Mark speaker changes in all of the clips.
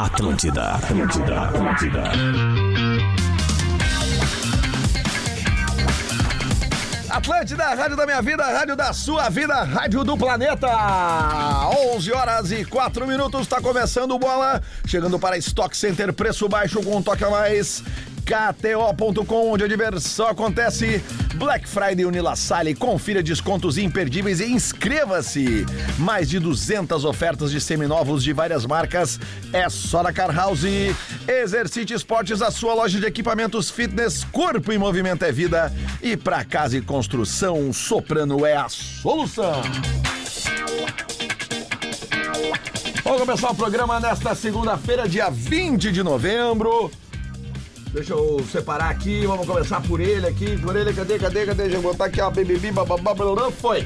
Speaker 1: Atlântida, Atlântida, Atlântida.
Speaker 2: Atlântida, a rádio da minha vida, a rádio da sua vida, a rádio do planeta. 11 horas e 4 minutos, tá começando o bola. Chegando para Stock Center, preço baixo com um toque a mais. KTO.com, onde a diversão acontece. Black Friday Unila Sale, confira descontos imperdíveis e inscreva-se. Mais de 200 ofertas de seminovos de várias marcas. É só na Car House. Exercite Esportes, a sua loja de equipamentos fitness, corpo em movimento é vida. E para casa e construção, Soprano é a solução. Vamos começar o programa nesta segunda-feira, dia 20 de novembro. Deixa eu separar aqui, vamos começar por ele aqui, por ele, cadê, cadê, cadê? Deixa eu botar aqui, ó, bibibi, bababá, blá, blá, foi.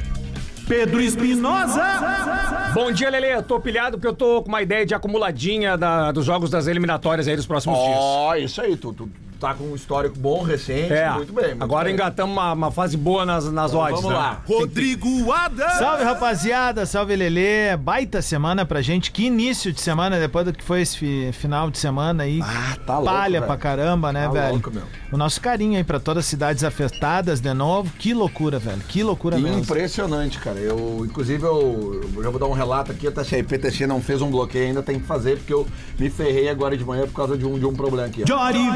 Speaker 3: Pedro Espinosa.
Speaker 4: Bom dia, Lele. Eu tô pilhado porque eu tô com uma ideia de acumuladinha da- dos jogos das eliminatórias aí dos próximos dias.
Speaker 2: Ó, isso aí, tu, tu tá com um histórico bom, recente,
Speaker 4: É.
Speaker 2: muito bem. muito
Speaker 4: Agora
Speaker 2: bem. Então,
Speaker 4: engatamos uma, uma fase boa nas, nas odds.
Speaker 2: Vamos
Speaker 4: né?
Speaker 2: lá.
Speaker 3: Rodrigo Adams.
Speaker 5: Salve rapaziada, salve Lelê. Baita semana pra gente. Que início de semana depois do que foi esse fi- final de semana aí.
Speaker 2: Ah, tá louco,
Speaker 5: Palha
Speaker 2: velho.
Speaker 5: pra caramba, né,
Speaker 2: Tá
Speaker 5: velho?
Speaker 2: louco, meu.
Speaker 5: O nosso carinho aí pra todas as cidades afetadas de novo. Que loucura, velho. Que loucura mesmo.
Speaker 2: Impressionante, cara. Eu, inclusive, eu, eu já vou dar um relato aqui, até se a IPTC não fez um bloqueio ainda, tem que fazer, porque eu me ferrei agora de manhã por causa de um, de um problema aqui. ó.
Speaker 3: Jory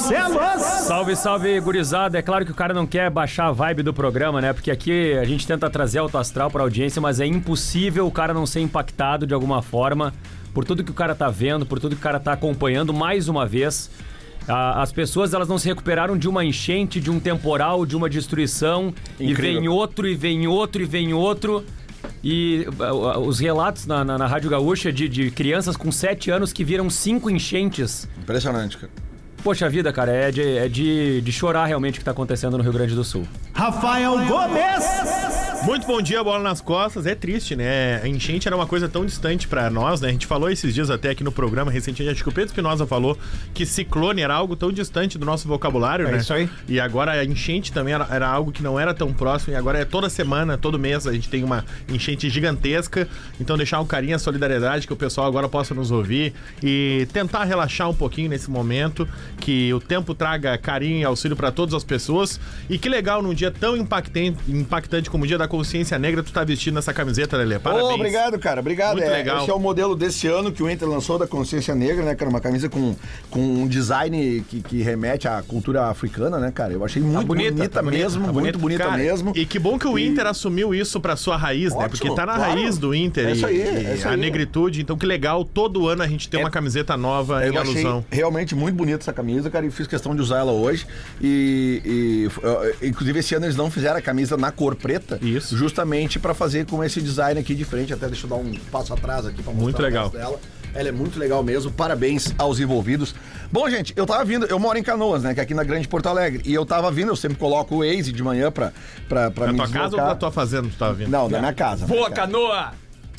Speaker 3: Vasconcelos.
Speaker 4: Salve, salve, gurizada. É claro que o cara não quer baixar a vibe do programa, né? Porque aqui a gente tenta trazer alto astral pra audiência, mas é impossível o cara não ser impactado de alguma forma por tudo que o cara tá vendo, por tudo que o cara tá acompanhando mais uma vez. A- As pessoas elas não se recuperaram de uma enchente, de um temporal, de uma destruição. E
Speaker 2: Incrível.
Speaker 4: vem outro, e vem outro, e vem outro. E uh, uh, os relatos na, na, na Rádio Gaúcha é de, de crianças com 7 anos que viram cinco enchentes
Speaker 2: Impressionante, cara.
Speaker 4: Poxa vida, cara, é de, é de, de chorar realmente o que tá acontecendo no Rio Grande do Sul.
Speaker 3: Rafael Gomes. Muito bom dia, bola nas costas. É triste, né? A enchente era uma coisa tão distante pra nós, né? A gente falou esses dias até aqui no programa recentemente, acho que o Pedro Espinosa falou que ciclone era algo tão distante do nosso vocabulário, né?
Speaker 5: É isso aí.
Speaker 3: E agora a enchente também era, era algo que não era tão próximo. E agora é toda semana, todo mês, a gente tem uma enchente gigantesca. Então deixar um carinho, a solidariedade, que o pessoal agora possa nos ouvir e tentar relaxar um pouquinho nesse momento. Que o tempo traga carinho e auxílio para todas as pessoas. E que legal, num dia tão impactante, impactante como o Dia da Consciência Negra, tu tá vestindo essa camiseta, Lelê. Parabéns.
Speaker 2: Ô, obrigado, cara. Obrigado.
Speaker 3: Muito
Speaker 2: é,
Speaker 3: legal.
Speaker 2: Esse é o modelo desse ano que o Inter lançou da consciência negra, né, cara? Uma camisa com, com um design que, que remete à cultura africana, né, cara? Eu achei muito bonita,
Speaker 4: bonita, tá bonita,
Speaker 2: mesmo,
Speaker 4: tá
Speaker 2: muito bonita
Speaker 3: Cara,
Speaker 2: mesmo.
Speaker 3: E que bom que o Inter assumiu isso pra sua raiz, né?
Speaker 2: Ótimo,
Speaker 3: Porque tá na
Speaker 2: claro.
Speaker 3: raiz do Inter
Speaker 2: É isso aí,
Speaker 3: e,
Speaker 2: é
Speaker 3: e
Speaker 2: isso
Speaker 3: a
Speaker 2: aí. É
Speaker 3: negritude. Então que legal, todo ano a gente tem uma camiseta nova em
Speaker 2: Eu achei
Speaker 3: alusão.
Speaker 2: realmente muito bonita essa camisa, cara, e fiz questão de usar ela hoje. E, e, eh, inclusive esse ano eles não fizeram a camisa na cor preta,
Speaker 3: Isso.
Speaker 2: justamente pra fazer com esse design aqui de frente. Até deixa eu dar um passo atrás aqui pra mostrar
Speaker 3: Muito
Speaker 2: o
Speaker 3: legal.
Speaker 2: resto dela. Ela é muito legal mesmo. Parabéns aos envolvidos. Bom, gente, eu tava vindo, eu moro em Canoas, né, que é aqui na Grande Porto Alegre, e eu tava vindo, eu sempre coloco o Waze de manhã pra para para
Speaker 3: Da
Speaker 2: me
Speaker 3: tua
Speaker 2: deslocar.
Speaker 3: casa ou da tua fazenda, tu tá tava vindo?
Speaker 2: Não, da minha casa. da minha
Speaker 4: Boa,
Speaker 2: casa.
Speaker 4: canoa!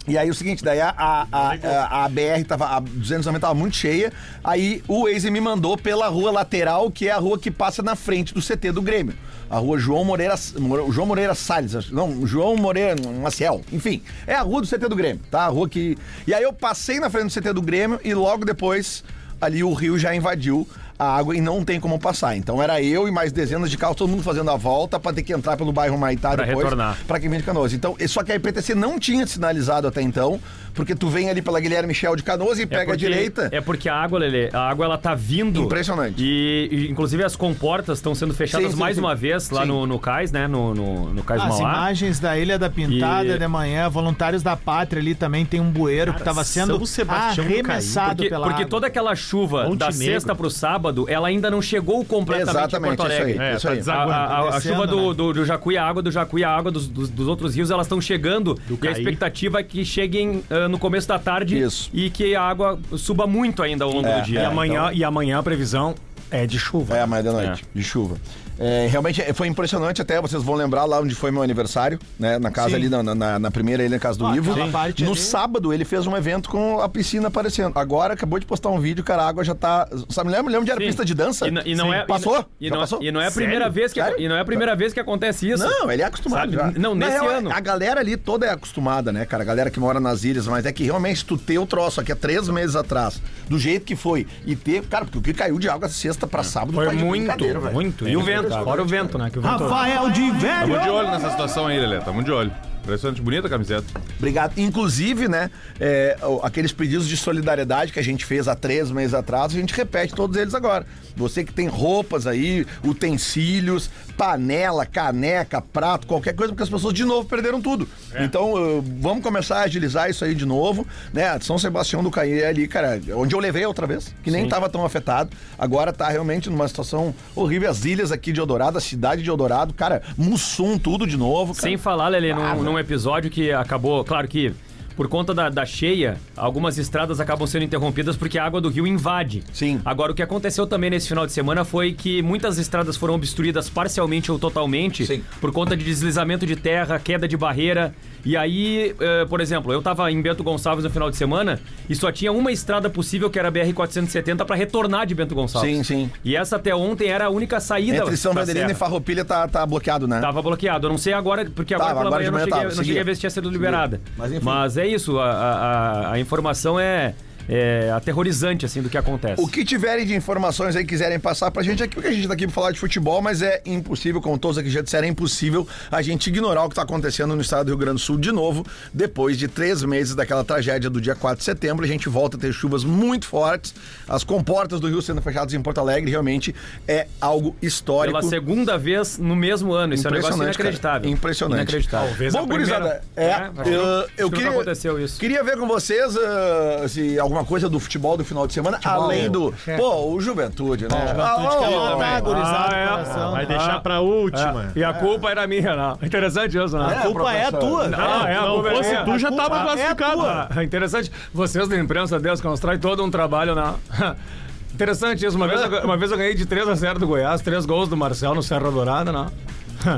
Speaker 2: E aí o seguinte, daí a, a, a, a- a BR tava, a 290 tava muito cheia, aí o Waze me mandou pela rua lateral, que é a rua que passa na frente do CT do Grêmio. A rua João Moreira, More- João Moreira Salles, acho- não, João Moreira Maciel, enfim, é a rua do CT do Grêmio, tá? A rua que... E aí eu passei na frente do CT do Grêmio e logo depois ali o rio já invadiu a água e não tem como passar. Então era eu e mais dezenas de carros, todo mundo fazendo a volta pra ter que entrar pelo bairro Maitá
Speaker 4: Pra
Speaker 2: depois.
Speaker 4: retornar.
Speaker 2: Pra quem vem de Canoas. Então, e- só que a IPTC não tinha sinalizado até então, porque tu vem ali pela Guilherme Michel de Canoas e pega a direita.
Speaker 4: É porque a água, Lelê, a água ela tá vindo.
Speaker 2: Impressionante.
Speaker 4: E, e, inclusive as comportas estão sendo fechadas
Speaker 2: Sim, sim,
Speaker 4: mais
Speaker 2: sim.
Speaker 4: uma vez lá
Speaker 2: Sim.
Speaker 4: no, no cais, né? No, no, no cais
Speaker 5: As
Speaker 4: Mauá.
Speaker 5: imagens da Ilha da Pintada
Speaker 4: E-
Speaker 5: de manhã, voluntários da pátria ali também tem um bueiro que tava
Speaker 3: São
Speaker 5: sendo
Speaker 3: Sebastião do Caí.
Speaker 5: arremessado
Speaker 4: Porque,
Speaker 5: pela
Speaker 4: porque
Speaker 5: água.
Speaker 4: toda aquela chuva da
Speaker 3: Montenegro.
Speaker 4: sexta pro sábado, ela ainda não chegou completamente em
Speaker 2: Exatamente,
Speaker 4: Porto
Speaker 2: isso aí.
Speaker 4: Alegre. né?
Speaker 3: É,
Speaker 2: isso
Speaker 3: tá
Speaker 2: aí.
Speaker 4: A,
Speaker 3: desaguando.
Speaker 4: a- a- a
Speaker 5: Descendo,
Speaker 4: chuva do,
Speaker 5: né?
Speaker 4: do, do Jacuí, a água do Jacuí, a água dos, dos, dos outros rios, elas estão chegando. e a
Speaker 3: Caí.
Speaker 4: expectativa é que cheguem ah, no começo da tarde
Speaker 2: Isso.
Speaker 4: e que a água suba muito ainda ao longo
Speaker 2: É, Então,
Speaker 4: do dia.
Speaker 2: é,
Speaker 6: então.
Speaker 4: E amanhã-
Speaker 6: Amanhã, E amanhã a previsão é de chuva.
Speaker 2: É, mais da noite, de chuva. É, realmente é, foi impressionante até, vocês vão lembrar lá onde foi meu aniversário, né? Na casa
Speaker 5: Sim.
Speaker 2: ali, na, na- na primeira ele na casa do
Speaker 5: Ah,
Speaker 2: Ivo.
Speaker 5: aquela Sim. parte
Speaker 2: no
Speaker 5: ali.
Speaker 2: sábado ele fez um evento com a piscina aparecendo. Agora acabou de postar um vídeo, cara, a água já tá. Sabe, lembra, lembra de era
Speaker 4: Sim.
Speaker 2: pista de dança?
Speaker 4: E, n- e não
Speaker 2: Sim.
Speaker 4: é, e
Speaker 2: Passou?
Speaker 4: n- E
Speaker 2: Já
Speaker 4: não,
Speaker 2: passou?
Speaker 4: E não é a
Speaker 2: Sério?
Speaker 4: primeira vez que
Speaker 2: Sério?
Speaker 4: e não é a primeira vez que acontece isso.
Speaker 2: Não, ele é acostumado.
Speaker 4: Sabe?
Speaker 2: já.
Speaker 4: Não,
Speaker 2: Na
Speaker 4: nesse
Speaker 2: real,
Speaker 4: ano.
Speaker 2: A galera ali toda é acostumada, né, cara? A galera que mora nas ilhas, mas é que realmente tu ter o troço aqui há três meses atrás, do jeito que foi, e ter. Cara, porque o que caiu de água sexta pra sábado
Speaker 4: Foi
Speaker 2: tá de
Speaker 4: É muito,
Speaker 2: brincadeira, velho.
Speaker 4: muito. E o vento, fora o vento, né? Que o vento
Speaker 5: Rafael de Velho!
Speaker 6: Tamo É Tá de olho nessa situação aí, Lelê. Tamo de olho. Impressionante, bonita a camiseta.
Speaker 4: Então
Speaker 2: Obrigado. Inclusive, né, é, o- aqueles pedidos de solidariedade que a gente fez há três meses atrás, a gente repete todos eles agora. Você que tem roupas aí, utensílios, panela, caneca, prato, qualquer coisa, porque as pessoas de novo perderam tudo. Então, eu- vamos começar a agilizar isso aí de novo, né? São Sebastião do Caí é ali, cara, onde eu levei outra vez, que nem estava tão afetado. Agora tá realmente numa situação horrível. As ilhas aqui de Eldorado, a cidade de Eldorado, cara, Mussum, tudo de novo. Cara.
Speaker 4: Sem falar, Lelê, num, num episódio que acabou, claro que por conta da, da cheia, algumas estradas acabam sendo interrompidas porque a água do rio invade.
Speaker 2: Sim.
Speaker 4: Agora, o que aconteceu também nesse final de semana foi que muitas estradas foram obstruídas parcialmente ou totalmente
Speaker 2: Sim.
Speaker 4: por conta de deslizamento de terra, queda de barreira. E aí, eh, por exemplo, eu tava em Bento Gonçalves no final de semana e só tinha uma estrada possível, que era a BR-470, para retornar de Bento Gonçalves.
Speaker 2: Sim, sim.
Speaker 4: E essa até ontem era a única saída
Speaker 2: Entre São
Speaker 4: da
Speaker 2: Vendelino e
Speaker 4: serra.
Speaker 2: Farroupilha tá, tá bloqueado, né?
Speaker 4: Tava bloqueado. Eu não sei agora, porque agora
Speaker 2: Tava,
Speaker 4: pela
Speaker 2: agora de
Speaker 4: manhã, eu não,
Speaker 2: manhã
Speaker 4: cheguei,
Speaker 2: tava,
Speaker 4: não cheguei
Speaker 2: seguia.
Speaker 4: a ver se tinha sido liberada.
Speaker 2: Mas
Speaker 4: Mas,
Speaker 2: enfim.
Speaker 4: é isso, a, a, a- a informação é, é aterrorizante, assim, do que acontece.
Speaker 2: O que tiverem de informações aí quiserem passar pra gente aqui, porque a gente tá aqui pra falar de futebol, mas é impossível, como todos aqui já disseram, é impossível a gente ignorar o que tá acontecendo no estado do Rio Grande do Sul de novo, depois de três meses daquela tragédia do dia 4 de setembro. A gente volta a ter chuvas muito fortes, as comportas do rio sendo fechadas em Porto Alegre, realmente é algo histórico.
Speaker 4: Pela segunda vez no mesmo ano. Isso é um negócio
Speaker 2: Impressionante, cara.
Speaker 4: inacreditável.
Speaker 2: Impressionante.
Speaker 4: Inacreditável.
Speaker 2: Talvez Bom,
Speaker 4: a primeira-
Speaker 2: gurizada, é,
Speaker 4: É, acho
Speaker 2: eu,
Speaker 4: que
Speaker 2: eu
Speaker 4: acho que nunca
Speaker 2: queria,
Speaker 4: aconteceu isso.
Speaker 2: queria ver com vocês ah, se alguma coisa do futebol do final de semana, além do.
Speaker 4: É.
Speaker 2: Pô, o Juventude, né? Ah,
Speaker 5: Tudo que
Speaker 2: ó,
Speaker 5: ela
Speaker 2: ó,
Speaker 5: tá agorizada
Speaker 4: Ah, é.
Speaker 5: no coração. né?
Speaker 3: Vai deixar pra última.
Speaker 4: E a culpa era minha, né? Interessante isso, né?
Speaker 5: A culpa é a tua.
Speaker 4: Ah, é, a
Speaker 3: não
Speaker 4: culpa é
Speaker 3: Então, fosse
Speaker 4: minha.
Speaker 3: tu, já
Speaker 4: A
Speaker 3: tava
Speaker 4: culpa é
Speaker 3: classificado.
Speaker 4: tua. Ah, interessante. Vocês da imprensa, Deus, constrói todo um trabalho na... Interessante isso. Uma vez, eu, uma vez eu ganhei de 3 a 0 do Goiás, três gols do Marcel no Serra Dourada, né?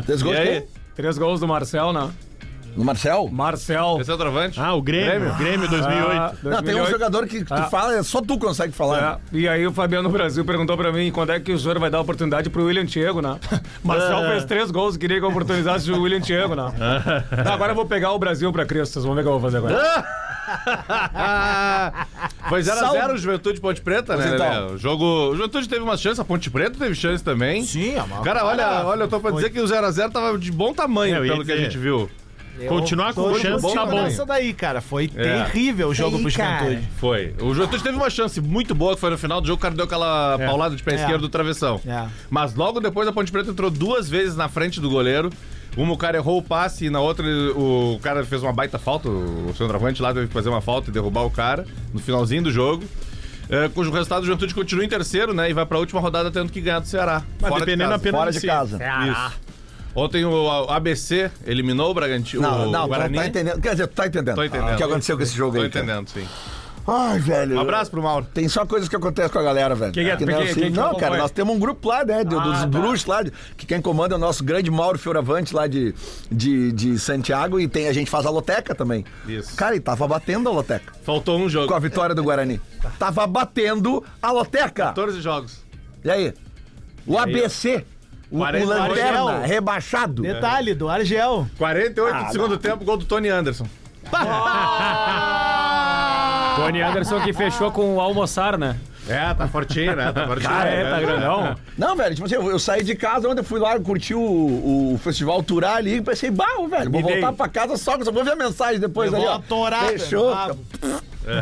Speaker 2: Três
Speaker 4: E
Speaker 2: gols de
Speaker 4: aí?
Speaker 2: quem?
Speaker 4: Três gols do Marcel, né?
Speaker 2: Do Marcel?
Speaker 4: Marcel.
Speaker 6: Esse é o travante?
Speaker 3: Ah, o Grêmio. Grêmio 2008.
Speaker 4: Ah,
Speaker 2: Não, tem um
Speaker 4: 2008.
Speaker 2: jogador que tu
Speaker 4: Ah.
Speaker 2: fala, é, só tu consegue falar.
Speaker 4: É, E aí o Fabiano Brasil perguntou pra mim quando é que o senhor vai dar oportunidade pro William Diego, né? Marcel fez três gols, queria que eu oportunizasse o William Diego, né? Não, agora eu vou pegar o Brasil pra Cristo, vocês vão ver o que eu vou fazer agora. Ah,
Speaker 6: Foi 0x0
Speaker 2: Sal-
Speaker 6: Juventude Ponte Preta, né?
Speaker 2: então.
Speaker 6: Lelê? O jogo. O Juventude teve uma chance, a Ponte Preta teve chance também.
Speaker 5: Sim, é uma-
Speaker 6: Cara, olha, olha, eu tô pra dizer que o 0x0 tava de bom tamanho,
Speaker 3: Eu ia
Speaker 6: pelo que a
Speaker 3: dizer.
Speaker 6: gente viu.
Speaker 3: Continuar com chance
Speaker 5: Bom,
Speaker 3: tá bom.
Speaker 5: essa daí, cara. Foi
Speaker 6: É.
Speaker 5: terrível o jogo pro Juventude.
Speaker 6: Foi. O Juventude teve uma chance muito boa, que foi no final do jogo, o cara deu aquela paulada de pé
Speaker 5: É.
Speaker 6: esquerdo do travessão.
Speaker 5: É.
Speaker 6: Mas logo depois a Ponte Preta entrou duas vezes na frente do goleiro. Uma o cara errou o passe e na outra ele- o cara fez uma baita falta. O centroavante lá teve que fazer uma falta e derrubar o cara no finalzinho do jogo. É, cujo resultado o Juventude continua em terceiro, né? E vai pra última rodada tendo que ganhar do Ceará.
Speaker 3: Mas
Speaker 6: fora de
Speaker 3: dependendo
Speaker 6: casa.
Speaker 3: apenas
Speaker 2: Fora
Speaker 3: de
Speaker 2: de
Speaker 3: si.
Speaker 2: casa.
Speaker 4: É,
Speaker 6: Isso. Ontem o ABC eliminou o Bragantino.
Speaker 2: Não,
Speaker 6: o
Speaker 2: não, tu
Speaker 6: Guarani.
Speaker 2: tá entendendo. Quer dizer, tu tá entendendo.
Speaker 6: Tô entendendo.
Speaker 2: O que aconteceu com esse jogo
Speaker 6: Tô
Speaker 2: aí. cara.
Speaker 6: entendendo, sim.
Speaker 2: Ai, velho.
Speaker 6: Um abraço pro Mauro.
Speaker 2: Tem só coisas que acontecem com a galera, velho.
Speaker 4: Que que é?
Speaker 2: não,
Speaker 4: Que-
Speaker 2: assim-
Speaker 4: que- que
Speaker 2: não,
Speaker 4: que
Speaker 2: cara,
Speaker 4: acompanha? Ah, tá.
Speaker 2: nós temos um grupo lá, né? do- dos bruxos lá, de- que quem comanda é o nosso grande Mauro Fioravante lá de, de, de Santiago. E tem, a gente faz a loteca também.
Speaker 6: Isso.
Speaker 2: Cara, e tava batendo a loteca
Speaker 6: Faltou um jogo.
Speaker 2: com a vitória do Guarani. Tava batendo a loteca.
Speaker 6: 14 jogos.
Speaker 2: E aí? O ABC. O, o
Speaker 6: 40
Speaker 2: Lanterna,
Speaker 5: Argel.
Speaker 2: rebaixado.
Speaker 4: É.
Speaker 5: Detalhe, do Argel.
Speaker 6: 48
Speaker 2: Ah,
Speaker 6: do segundo tempo, gol do Tony Anderson.
Speaker 4: Tony Anderson que fechou com o Almoçar, né?
Speaker 6: É, tá fortinho, né? Tá fortinho.
Speaker 4: é, tá grandão.
Speaker 2: Não, velho, tipo assim, eu, eu saí de casa ontem, fui lá, curti o, o festival Turá ali e pensei, barro, velho, vou
Speaker 4: Me dei.
Speaker 2: voltar pra casa só, que eu só vou ver a mensagem depois
Speaker 5: Levou
Speaker 2: ali, ó.
Speaker 5: uma torada,
Speaker 2: Fechou.
Speaker 5: brabo.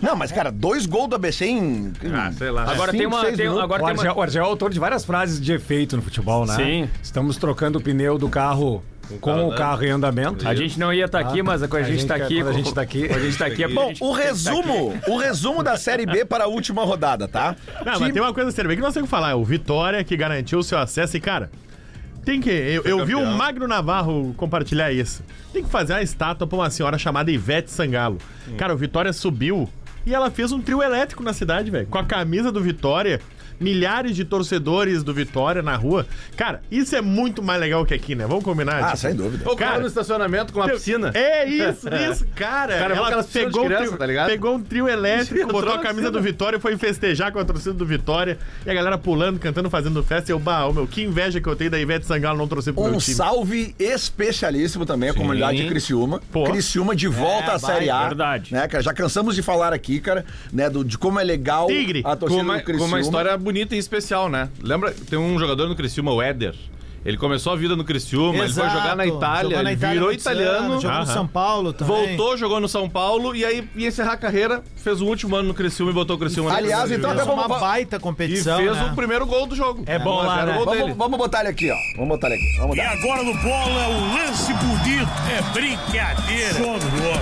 Speaker 2: Não, mas, cara, dois gols do ABC em.
Speaker 6: Ah, sei lá.
Speaker 7: Agora tem
Speaker 2: Cinco,
Speaker 7: uma.
Speaker 2: seis
Speaker 7: Tem,
Speaker 2: minutos.
Speaker 7: agora
Speaker 8: O
Speaker 7: tem uma-
Speaker 8: Argel, o Argel é autor de várias frases de efeito no futebol, né?
Speaker 4: Sim.
Speaker 8: Estamos trocando o pneu do carro com
Speaker 5: né?
Speaker 8: o carro em andamento.
Speaker 4: A gente não ia estar aqui, mas quando a gente tá aqui.
Speaker 8: quando a gente tá aqui.
Speaker 4: quando a gente tá aqui é
Speaker 6: Bom,
Speaker 4: bom.
Speaker 2: Bom, o resumo, o resumo da Série B para a última rodada, tá?
Speaker 3: Não,
Speaker 2: Time-
Speaker 3: mas tem uma coisa séria bem que nós temos que falar. é O Vitória que garantiu o seu acesso e, cara, tem que. Eu, eu vi o
Speaker 6: campeão.
Speaker 3: Magno Navarro compartilhar isso. Tem que fazer uma estátua pra uma senhora chamada Ivete Sangalo. Cara, o Vitória subiu e ela fez um trio elétrico na cidade, velho. Com a camisa do Vitória. milhares de torcedores do Vitória na rua. Cara, isso é muito mais legal que aqui, né? Vamos
Speaker 6: É
Speaker 3: combinar.
Speaker 2: Ah,
Speaker 3: tipo,
Speaker 2: sem dúvida.
Speaker 6: Ou cara,
Speaker 3: Cara,
Speaker 6: no estacionamento com uma piscina.
Speaker 3: É isso, isso, cara.
Speaker 6: Cara, igual
Speaker 3: ela
Speaker 6: aquelas piscinas de
Speaker 3: pegou, um
Speaker 6: criança,
Speaker 3: trio,
Speaker 6: tá ligado?
Speaker 3: pegou um trio
Speaker 6: E
Speaker 3: elétrico,
Speaker 6: entrou
Speaker 3: botou a
Speaker 6: na
Speaker 3: camisa
Speaker 6: piscina.
Speaker 3: do Vitória e foi festejar com a torcida do Vitória. E a galera pulando, cantando, fazendo festa. E eu, bah, ô, meu, que inveja que eu tenho da Ivete Sangalo não trouxe pro
Speaker 2: Um
Speaker 3: meu time.
Speaker 2: salve especialíssimo também à comunidade de Criciúma.
Speaker 3: Pô.
Speaker 2: Criciúma de volta à Série A.
Speaker 4: verdade.
Speaker 2: Né, cara? Já cansamos de falar aqui, cara, né, do, de como é legal
Speaker 3: Tigre,
Speaker 2: a
Speaker 6: com
Speaker 2: torcida
Speaker 6: uma,
Speaker 2: do
Speaker 6: com
Speaker 2: Criciúma.
Speaker 6: uma história bonita e especial, né? Lembra, tem um jogador no Criciúma, o Éder. Ele começou a vida no Criciúma, ele
Speaker 5: Exato.
Speaker 6: foi jogar na Itália,
Speaker 5: Jogou na
Speaker 6: ele
Speaker 5: Itália
Speaker 6: virou
Speaker 5: muitos
Speaker 6: italiano,
Speaker 5: anos, Jogou no
Speaker 3: Aham.
Speaker 5: São Paulo também.
Speaker 6: voltou, jogou no São Paulo e aí ia encerrar a carreira, fez o último ano no Criciúma e botou o Criciúma
Speaker 2: Aliás,
Speaker 6: na
Speaker 2: então,
Speaker 5: Fez
Speaker 2: vamos-
Speaker 5: uma baita
Speaker 6: E fez um
Speaker 5: competição, né?
Speaker 6: o primeiro gol do jogo.
Speaker 4: É bom
Speaker 6: Um a
Speaker 4: lá,
Speaker 6: zero,
Speaker 4: né?
Speaker 6: gol dele.
Speaker 2: Vamos, vamos botar ele aqui, ó. Vamos botar ele aqui. Vamos
Speaker 7: E
Speaker 2: botar.
Speaker 7: agora no bola é o lance bonito. É brincadeira.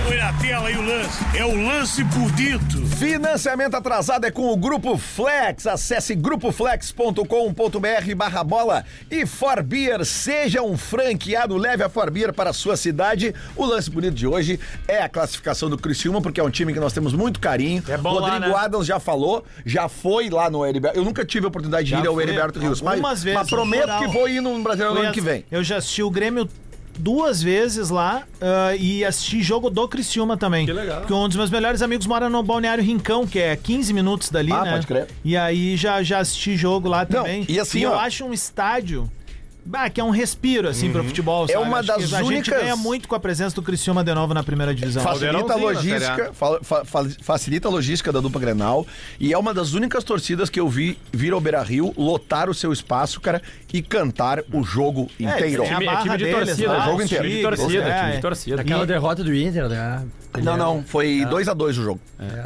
Speaker 7: Foi na tela aí o lance. É o lance bonito.
Speaker 2: Financiamento atrasado é com o Grupo Flex. Acesse grupoflex.com.br barra bola e Forbeer, seja um franqueado, leve a Forbeer para a sua cidade. O lance bonito de hoje é a classificação do Criciúma, porque é um time que nós temos muito carinho.
Speaker 4: É bom lá,
Speaker 2: Rodrigo
Speaker 4: né?
Speaker 2: Adams já falou, já foi lá no Heriberto. Eu nunca tive a oportunidade de
Speaker 5: Já
Speaker 2: ir ao
Speaker 5: foi
Speaker 2: Heriberto Rios, mas,
Speaker 5: algumas vezes,
Speaker 2: mas prometo
Speaker 5: no
Speaker 2: que
Speaker 5: geral.
Speaker 2: vou ir no Brasileiro no
Speaker 5: Foi
Speaker 2: ano que
Speaker 5: ass-
Speaker 2: vem.
Speaker 5: Eu já assisti o Grêmio duas vezes lá ah, e assisti jogo do Criciúma também. Que
Speaker 6: legal.
Speaker 5: Porque um dos meus melhores amigos mora no Balneário Rincão, que é 15 minutos dali,
Speaker 2: Ah,
Speaker 5: né?
Speaker 2: pode crer.
Speaker 5: E aí já, já assisti jogo lá também.
Speaker 2: e assim,
Speaker 5: eu
Speaker 2: ó.
Speaker 5: acho um estádio... bah, que é um respiro, assim, pro
Speaker 4: Uhum.
Speaker 5: futebol, sabe?
Speaker 2: É uma
Speaker 5: Acho
Speaker 2: das
Speaker 5: que A gente
Speaker 2: únicas-
Speaker 5: ganha muito com a presença do Criciúma de novo na primeira divisão.
Speaker 2: Facilita a
Speaker 6: Caldeirãozinho na Série
Speaker 2: logística, fa- fa- fa- facilita a logística da dupla Grenal e é uma das únicas torcidas que eu vi vir ao Beira-Rio lotar o seu espaço, cara, e cantar o jogo inteiro.
Speaker 5: eles têm a
Speaker 4: Time-
Speaker 5: barra
Speaker 4: é time de
Speaker 5: deles,
Speaker 4: torcida,
Speaker 5: lá,
Speaker 2: jogo
Speaker 5: os
Speaker 2: inteiro.
Speaker 4: Time de
Speaker 5: Tigres,
Speaker 4: torcida,
Speaker 5: é,
Speaker 4: time de
Speaker 5: é.
Speaker 4: torcida.
Speaker 9: Aquela
Speaker 4: E-
Speaker 9: derrota do Inter, né?
Speaker 2: Não, não, foi 2x2 o jogo.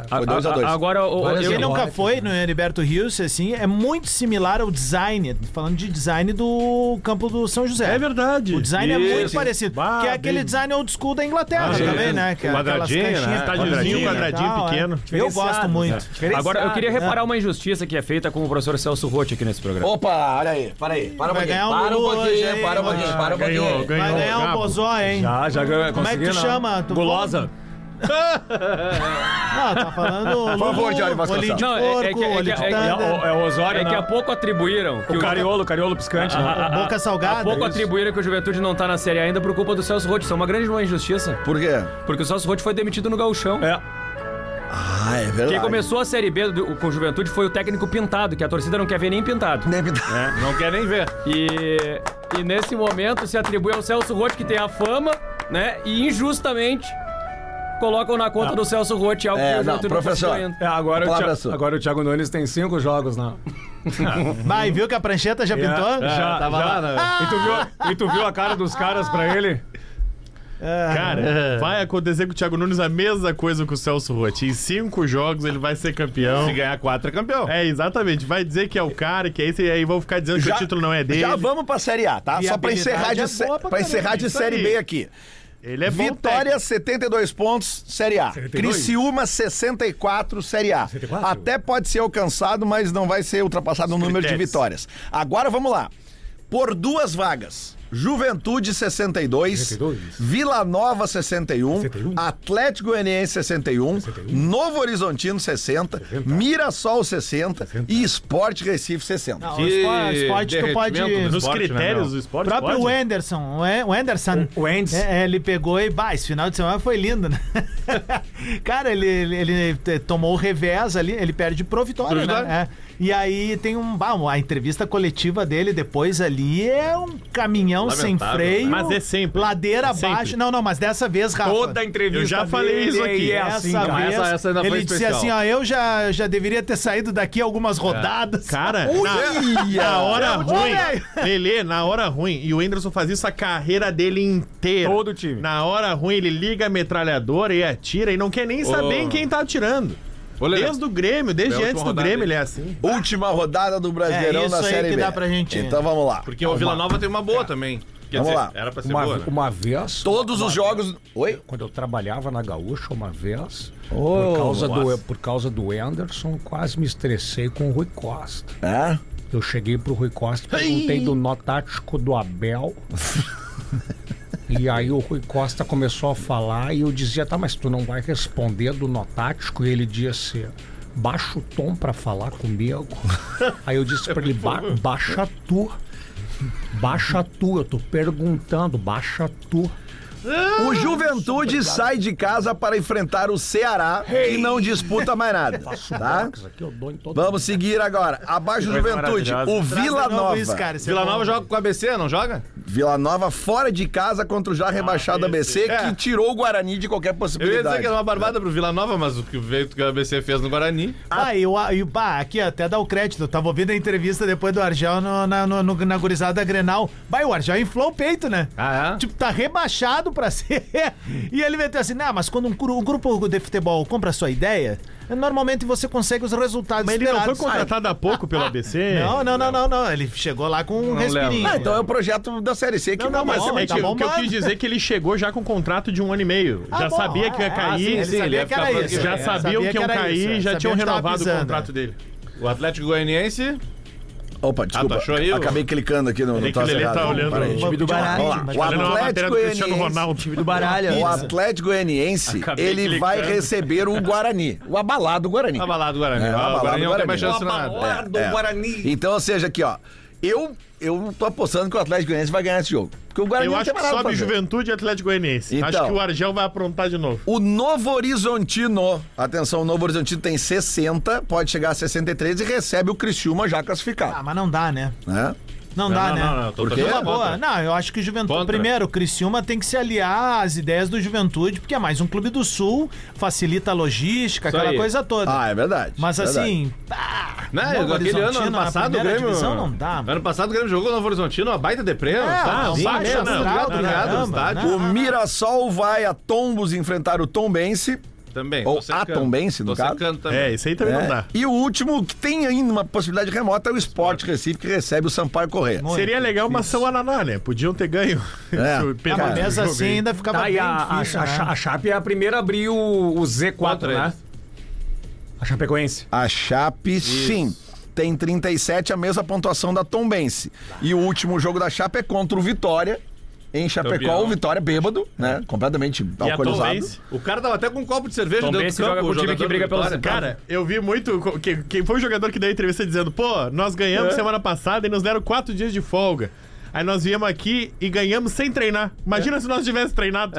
Speaker 2: Foi 2x2. Dois a
Speaker 4: A- a-
Speaker 2: dois.
Speaker 4: Agora, o- o-
Speaker 9: Várias
Speaker 4: eu,
Speaker 5: Quem
Speaker 9: Ele é um
Speaker 5: nunca
Speaker 9: ótimo.
Speaker 5: foi no Heriberto Rios, assim, é muito similar ao design, falando de design do campo do São José.
Speaker 3: É verdade.
Speaker 5: O design é muito
Speaker 3: Isso.
Speaker 5: parecido.
Speaker 3: Bah,
Speaker 5: que é aquele
Speaker 3: bem-
Speaker 5: design old school da Inglaterra
Speaker 3: Ah,
Speaker 5: também,
Speaker 3: é.
Speaker 5: né? Que é aquelas
Speaker 6: Quadradinho, né?
Speaker 5: caixinhas
Speaker 3: Estádiozinho,
Speaker 5: pequenininhas e
Speaker 3: quadradinho,
Speaker 5: tal, é.
Speaker 3: pequeno.
Speaker 5: Eu gosto muito.
Speaker 4: agora, eu queria
Speaker 5: né?
Speaker 4: reparar uma injustiça que é feita com o professor Celso Rotti aqui nesse programa.
Speaker 2: Opa, olha aí, para aí, para um
Speaker 5: Vai
Speaker 2: pouquinho.
Speaker 5: ganhar um
Speaker 2: Para um
Speaker 5: gol hoje,
Speaker 2: pouquinho,
Speaker 5: hein,
Speaker 2: para um
Speaker 5: mano?
Speaker 2: pouquinho, para um
Speaker 3: Ganhou,
Speaker 2: pouquinho.
Speaker 3: ganhou.
Speaker 5: Vai ganhar um
Speaker 3: Gabo.
Speaker 5: bozó, hein?
Speaker 8: Tá,
Speaker 9: Ah, já ganhou.
Speaker 5: Como é que tu
Speaker 9: conseguiu, não?
Speaker 5: chama? Tu
Speaker 9: Gulosa.
Speaker 5: Não, tá falando. Por
Speaker 2: favor, Diário Vasconcelos.
Speaker 5: Olho de
Speaker 4: Não, é- é
Speaker 5: porco,
Speaker 4: que- é que-
Speaker 5: olho de
Speaker 4: é que-
Speaker 9: É, o,
Speaker 5: tanda,
Speaker 9: é o Osório,
Speaker 4: É que
Speaker 9: né?
Speaker 4: há pouco atribuíram. que Ah,
Speaker 9: O Cariolo, Cariolo Piscante, né?
Speaker 5: boca salgada.
Speaker 4: Há pouco
Speaker 5: isso.
Speaker 4: atribuíram que o Juventude não tá na Série A ainda por culpa do Celso Rotti. Isso é uma grande uma injustiça.
Speaker 2: Por quê?
Speaker 4: Porque o Celso Rotti foi demitido no gauchão.
Speaker 9: É.
Speaker 2: Ah, é verdade.
Speaker 4: Quem começou a Série B do- com o Juventude foi o técnico Pintado, que a torcida não quer ver nem Pintado.
Speaker 2: Nem me dá.
Speaker 6: Não quer nem ver.
Speaker 4: E, e nesse momento se atribui ao Celso Rotti, que tem a fama, né? E injustamente colocam na
Speaker 9: Ah.
Speaker 4: conta do Celso Rotti algo
Speaker 2: É,
Speaker 4: que o
Speaker 2: não,
Speaker 4: Juventude tá
Speaker 2: professor.
Speaker 4: conseguiu ainda.
Speaker 9: É, agora, o
Speaker 2: Palavra
Speaker 9: Thi-
Speaker 2: sua.
Speaker 9: agora o Thiago Nunes tem cinco jogos, né?
Speaker 5: Vai, viu que a prancheta já pintou?
Speaker 9: já,
Speaker 6: tava
Speaker 9: já.
Speaker 6: lá, né?
Speaker 3: Ah!
Speaker 9: E tu, viu, e tu viu a cara dos caras pra ele?
Speaker 3: Cara, vai acontecer com o Thiago Nunes a mesma coisa com o Celso Rotti. Em cinco jogos ele vai ser campeão.
Speaker 6: Se ganhar quatro é campeão.
Speaker 3: É, exatamente. Vai dizer que é o cara, que é esse, e aí vão ficar dizendo que o título não é dele.
Speaker 2: Já vamos pra Série A, tá? Só pra
Speaker 5: Viabilidade
Speaker 2: encerrar de,
Speaker 5: é
Speaker 2: sé-
Speaker 5: boa pra
Speaker 2: pra encerrar
Speaker 5: caramba,
Speaker 2: de
Speaker 3: isso
Speaker 2: Série
Speaker 3: aí.
Speaker 2: B aqui.
Speaker 3: Ele é bom
Speaker 2: Vitória, 72 pontos, Série A. Criciúma, 64, Série A. Até pode ser alcançado, mas não vai ser ultrapassado o número de
Speaker 3: critérios.
Speaker 2: vitórias. Agora vamos lá. Por duas vagas. Juventude 62,
Speaker 9: 62?
Speaker 2: Vila Nova 61,
Speaker 9: 61?
Speaker 2: Atlético Goianiense 61,
Speaker 9: 61?
Speaker 2: Novo Horizontino 60, Mirassol 60, e Esporte Recife 60.
Speaker 5: Não,
Speaker 6: Que
Speaker 5: Ah, o esporte, esporte tu pode.
Speaker 6: derretimento
Speaker 3: Nos
Speaker 6: do esporte, né,
Speaker 3: critérios
Speaker 6: meu?
Speaker 3: do
Speaker 5: O
Speaker 3: esporte.
Speaker 5: próprio
Speaker 3: pode?
Speaker 5: Anderson, o En- o Anderson.
Speaker 9: O- o Endes.
Speaker 5: É, é, ele pegou e, bah, esse final de semana foi lindo, né? Cara, ele, ele, ele te- tomou o revés ali, ele perde pro Vitória,
Speaker 6: Pro
Speaker 5: né?
Speaker 6: Vitória.
Speaker 5: É. E aí tem um. Bah, a entrevista coletiva dele depois ali é um caminhão sem
Speaker 6: Lamentável,
Speaker 5: freio.
Speaker 6: né?
Speaker 3: Mas é sempre.
Speaker 5: Ladeira
Speaker 3: É
Speaker 5: abaixo.
Speaker 3: sempre.
Speaker 5: Não, não, mas dessa vez, Rafa.
Speaker 9: Toda a entrevista.
Speaker 3: Eu já falei
Speaker 9: dele
Speaker 3: isso aqui.
Speaker 9: É
Speaker 5: Essa
Speaker 9: assim,
Speaker 5: vez,
Speaker 9: cara.
Speaker 6: essa- essa ainda foi
Speaker 5: ele disse
Speaker 6: especial. É.
Speaker 5: assim: ó, eu já, já deveria ter saído daqui algumas rodadas.
Speaker 3: Cara, na, na hora ruim. Lelê, na hora ruim. E o Anderson faz isso a carreira dele inteira.
Speaker 9: Todo o time.
Speaker 3: Na hora ruim, ele liga a metralhadora e atira e não quer nem saber em quem tá atirando.
Speaker 6: Ô, Lelê,
Speaker 3: Desde o Grêmio, desde
Speaker 6: Bela
Speaker 3: antes
Speaker 6: última
Speaker 3: do
Speaker 6: rodada,
Speaker 3: Grêmio,
Speaker 6: hein?
Speaker 3: ele é assim.
Speaker 2: Última rodada do Brasileirão
Speaker 5: tá. É isso
Speaker 2: da
Speaker 5: aí
Speaker 2: Série
Speaker 5: que
Speaker 2: B.
Speaker 5: dá pra gente-
Speaker 2: Então vamos lá.
Speaker 6: Porque o Vila Nova tem uma
Speaker 3: É.
Speaker 6: boa também. Quer
Speaker 2: Vamos
Speaker 6: dizer,
Speaker 2: lá.
Speaker 6: era pra ser
Speaker 9: Uma,
Speaker 6: boa, né?
Speaker 9: uma vez.
Speaker 2: Todos os jogos. Oi?
Speaker 9: Quando eu trabalhava na Gaúcha, uma vez,
Speaker 2: Oh,
Speaker 9: por, causa do, por causa do Anderson, quase me estressei com o Rui Costa.
Speaker 2: É?
Speaker 9: Eu cheguei pro Rui Costa, perguntei do nó tático do Abel. E aí o Rui Costa começou a falar e eu dizia, tá, mas tu não vai responder do nó tático? E ele disse, baixa o tom pra falar comigo. Aí eu disse pra ele, "Ba- baixa tu. Baixa tu, eu tô perguntando, baixa tu.
Speaker 2: O Juventude sai de casa para enfrentar o Ceará, que não disputa mais nada. Tá?
Speaker 9: Isso aqui eu dou em todo
Speaker 2: Vamos seguir agora. Abaixo do Juventude, o Vila Nova.
Speaker 6: Vila Nova joga com o ABC, não joga?
Speaker 2: Vila Nova fora de casa contra
Speaker 3: Ah,
Speaker 2: o já rebaixado ABC,
Speaker 6: É.
Speaker 2: que tirou o Guarani de qualquer
Speaker 6: Eu ia dizer
Speaker 2: possibilidade.
Speaker 6: que era uma barbada pro Vila Nova, mas o que veio que o ABC fez no Guarani.
Speaker 5: Ah, eu, ah, e, bah, aqui até dá o crédito. Eu tava ouvindo a entrevista depois do Argel no, na, no, no- na gurizada da Grenal. Bah, o Argel inflou o peito, né?
Speaker 6: Ah, é?
Speaker 5: Tipo, tá rebaixado pra ser. e ele meteu assim, não, mas quando um, gru- um grupo de futebol compra a sua ideia, normalmente você consegue os resultados
Speaker 3: Mas ele não foi
Speaker 5: esperados.
Speaker 3: contratado há pouco pelo ABC?
Speaker 5: Ah, Não, não, não, não, não. Ele chegou lá com um
Speaker 6: Não lembro.
Speaker 5: respirinho.
Speaker 2: Ah, então é o projeto da Série C que
Speaker 3: Não, não, mas
Speaker 5: bom,
Speaker 3: é
Speaker 5: tá
Speaker 3: que-
Speaker 5: bom,
Speaker 3: o que eu
Speaker 5: mano.
Speaker 3: quis dizer é que ele chegou já com um contrato de um ano e meio.
Speaker 5: Ah,
Speaker 3: já
Speaker 5: bom,
Speaker 3: sabia que
Speaker 5: ah,
Speaker 3: ia
Speaker 5: ah,
Speaker 3: cair,
Speaker 5: sim, ele sabia
Speaker 6: ia
Speaker 5: que
Speaker 6: ficar
Speaker 5: era
Speaker 6: pra-
Speaker 5: isso.
Speaker 3: já
Speaker 5: é,
Speaker 3: sabiam
Speaker 5: sabia
Speaker 3: que iam
Speaker 5: era
Speaker 3: cair,
Speaker 5: isso, é,
Speaker 3: já
Speaker 5: sabia
Speaker 3: tinham
Speaker 5: onde tava
Speaker 3: renovado o
Speaker 5: pisando,
Speaker 3: contrato
Speaker 5: é.
Speaker 3: dele.
Speaker 6: O Atlético Goianiense.
Speaker 2: Opa, desculpa.
Speaker 3: Ah, tá,
Speaker 6: tu achou aí, ô?
Speaker 2: Acabei clicando aqui no, no
Speaker 3: Ele que
Speaker 2: troço
Speaker 3: ele
Speaker 2: errado.
Speaker 3: tá olhando-
Speaker 2: Peraí.
Speaker 5: Time do baralho.
Speaker 2: Vamos lá.
Speaker 5: mas-
Speaker 2: O
Speaker 3: Olhando é uma
Speaker 2: Atlético
Speaker 3: matéria do Cristiano
Speaker 2: Goianiense.
Speaker 3: Ronaldo.
Speaker 5: Time do baralho.
Speaker 2: O
Speaker 5: né?
Speaker 2: Atlético Goianiense,
Speaker 4: Acabei
Speaker 2: ele vai
Speaker 4: clicando.
Speaker 2: receber o Guarani, o abalado Guarani.
Speaker 6: Abalado o Guarani.
Speaker 2: É,
Speaker 6: Ah,
Speaker 2: abalado
Speaker 6: o Guarani não tem
Speaker 2: Guarani.
Speaker 6: mais chance de nada.
Speaker 2: É, é. Então, ou seja, aqui, ó. Eu, eu tô apostando que o Atlético Goianiense vai ganhar esse jogo. Porque o Guarani
Speaker 3: Eu
Speaker 2: não
Speaker 3: acho
Speaker 2: tem
Speaker 3: que
Speaker 2: mais nada pra
Speaker 3: sobe
Speaker 2: fazer.
Speaker 3: Juventude e Atlético Goianiense.
Speaker 2: Então.
Speaker 3: Acho que o Argel vai aprontar de novo.
Speaker 2: O Novo Horizontino, atenção, o Novo Horizontino tem 60, pode chegar a 63 e recebe o Criciúma já
Speaker 5: Ah,
Speaker 2: classificado.
Speaker 5: mas não dá, né?
Speaker 2: Né?
Speaker 5: Não, dá, né?
Speaker 6: Não, não, não. Tô
Speaker 2: Por quê?
Speaker 6: torcendo
Speaker 5: Pela
Speaker 6: a bola.
Speaker 5: boa. Não, eu acho que o Juventude.
Speaker 6: Contra.
Speaker 5: Primeiro, o Criciúma tem que se aliar às ideias do Juventude, porque é mais um clube do Sul, facilita a logística,
Speaker 6: Isso
Speaker 5: aquela
Speaker 6: aí.
Speaker 5: coisa toda.
Speaker 2: Ah, é verdade.
Speaker 5: Mas
Speaker 2: verdade.
Speaker 5: assim, pá, Novo
Speaker 6: Não, Né? É, aquele ano,
Speaker 5: Horizontino
Speaker 6: ano
Speaker 5: na
Speaker 6: passado, o
Speaker 5: primeira
Speaker 6: Grêmio.
Speaker 5: divisão não dá, mano.
Speaker 6: ano passado o Grêmio jogou no Novo Horizontino, uma baita tá? deprê.
Speaker 5: é um baixo
Speaker 6: né?
Speaker 5: astral do caramba, né?
Speaker 2: O Mirassol vai a Tombos enfrentar o Tombense.
Speaker 6: Também.
Speaker 2: Ou
Speaker 6: tô secando.
Speaker 2: a Tombense, no
Speaker 6: Tô
Speaker 2: caso.
Speaker 6: secando também.
Speaker 3: É, isso aí também não
Speaker 2: Né?
Speaker 3: dá.
Speaker 2: E o último que tem ainda uma possibilidade remota é o Sport Recife, que recebe o Sampaio Correia.
Speaker 5: Muito
Speaker 3: Seria legal uma
Speaker 5: difícil.
Speaker 3: ação ananá, né? Podiam ter ganho.
Speaker 2: É,
Speaker 3: Se o
Speaker 5: Ah,
Speaker 3: Pedro
Speaker 5: mas mesmo
Speaker 3: jogo
Speaker 5: assim
Speaker 3: aí.
Speaker 5: ainda ficava
Speaker 8: Tá, e
Speaker 5: bem
Speaker 8: a, a,
Speaker 5: difícil,
Speaker 8: a-
Speaker 5: né?
Speaker 8: a Chape é a primeira a abrir o, o Z4,
Speaker 6: Quatro,
Speaker 8: né?
Speaker 6: eles.
Speaker 8: A Chapecoense.
Speaker 2: A Chape, sim. Tem 37, a mesma pontuação da Tombense. E o último jogo da Chape é contra o Vitória. Em Chapecó,
Speaker 6: Campeão.
Speaker 2: o Vitória bêbado, né? Completamente
Speaker 3: E a
Speaker 2: alcoolizado.
Speaker 3: Tombense?
Speaker 6: O cara tava até com um copo de cerveja dentro do
Speaker 4: Tombense
Speaker 6: campo.
Speaker 4: joga com o time
Speaker 6: jogador
Speaker 4: que briga
Speaker 6: do
Speaker 4: pelos-
Speaker 6: Vitória.
Speaker 3: Cara, eu vi muito. co- que- Quem foi o jogador que deu a entrevista dizendo: pô, nós ganhamos semana passada e nos deram quatro dias de folga. Aí nós viemos aqui e ganhamos sem treinar. Imagina se nós tivéssemos treinado.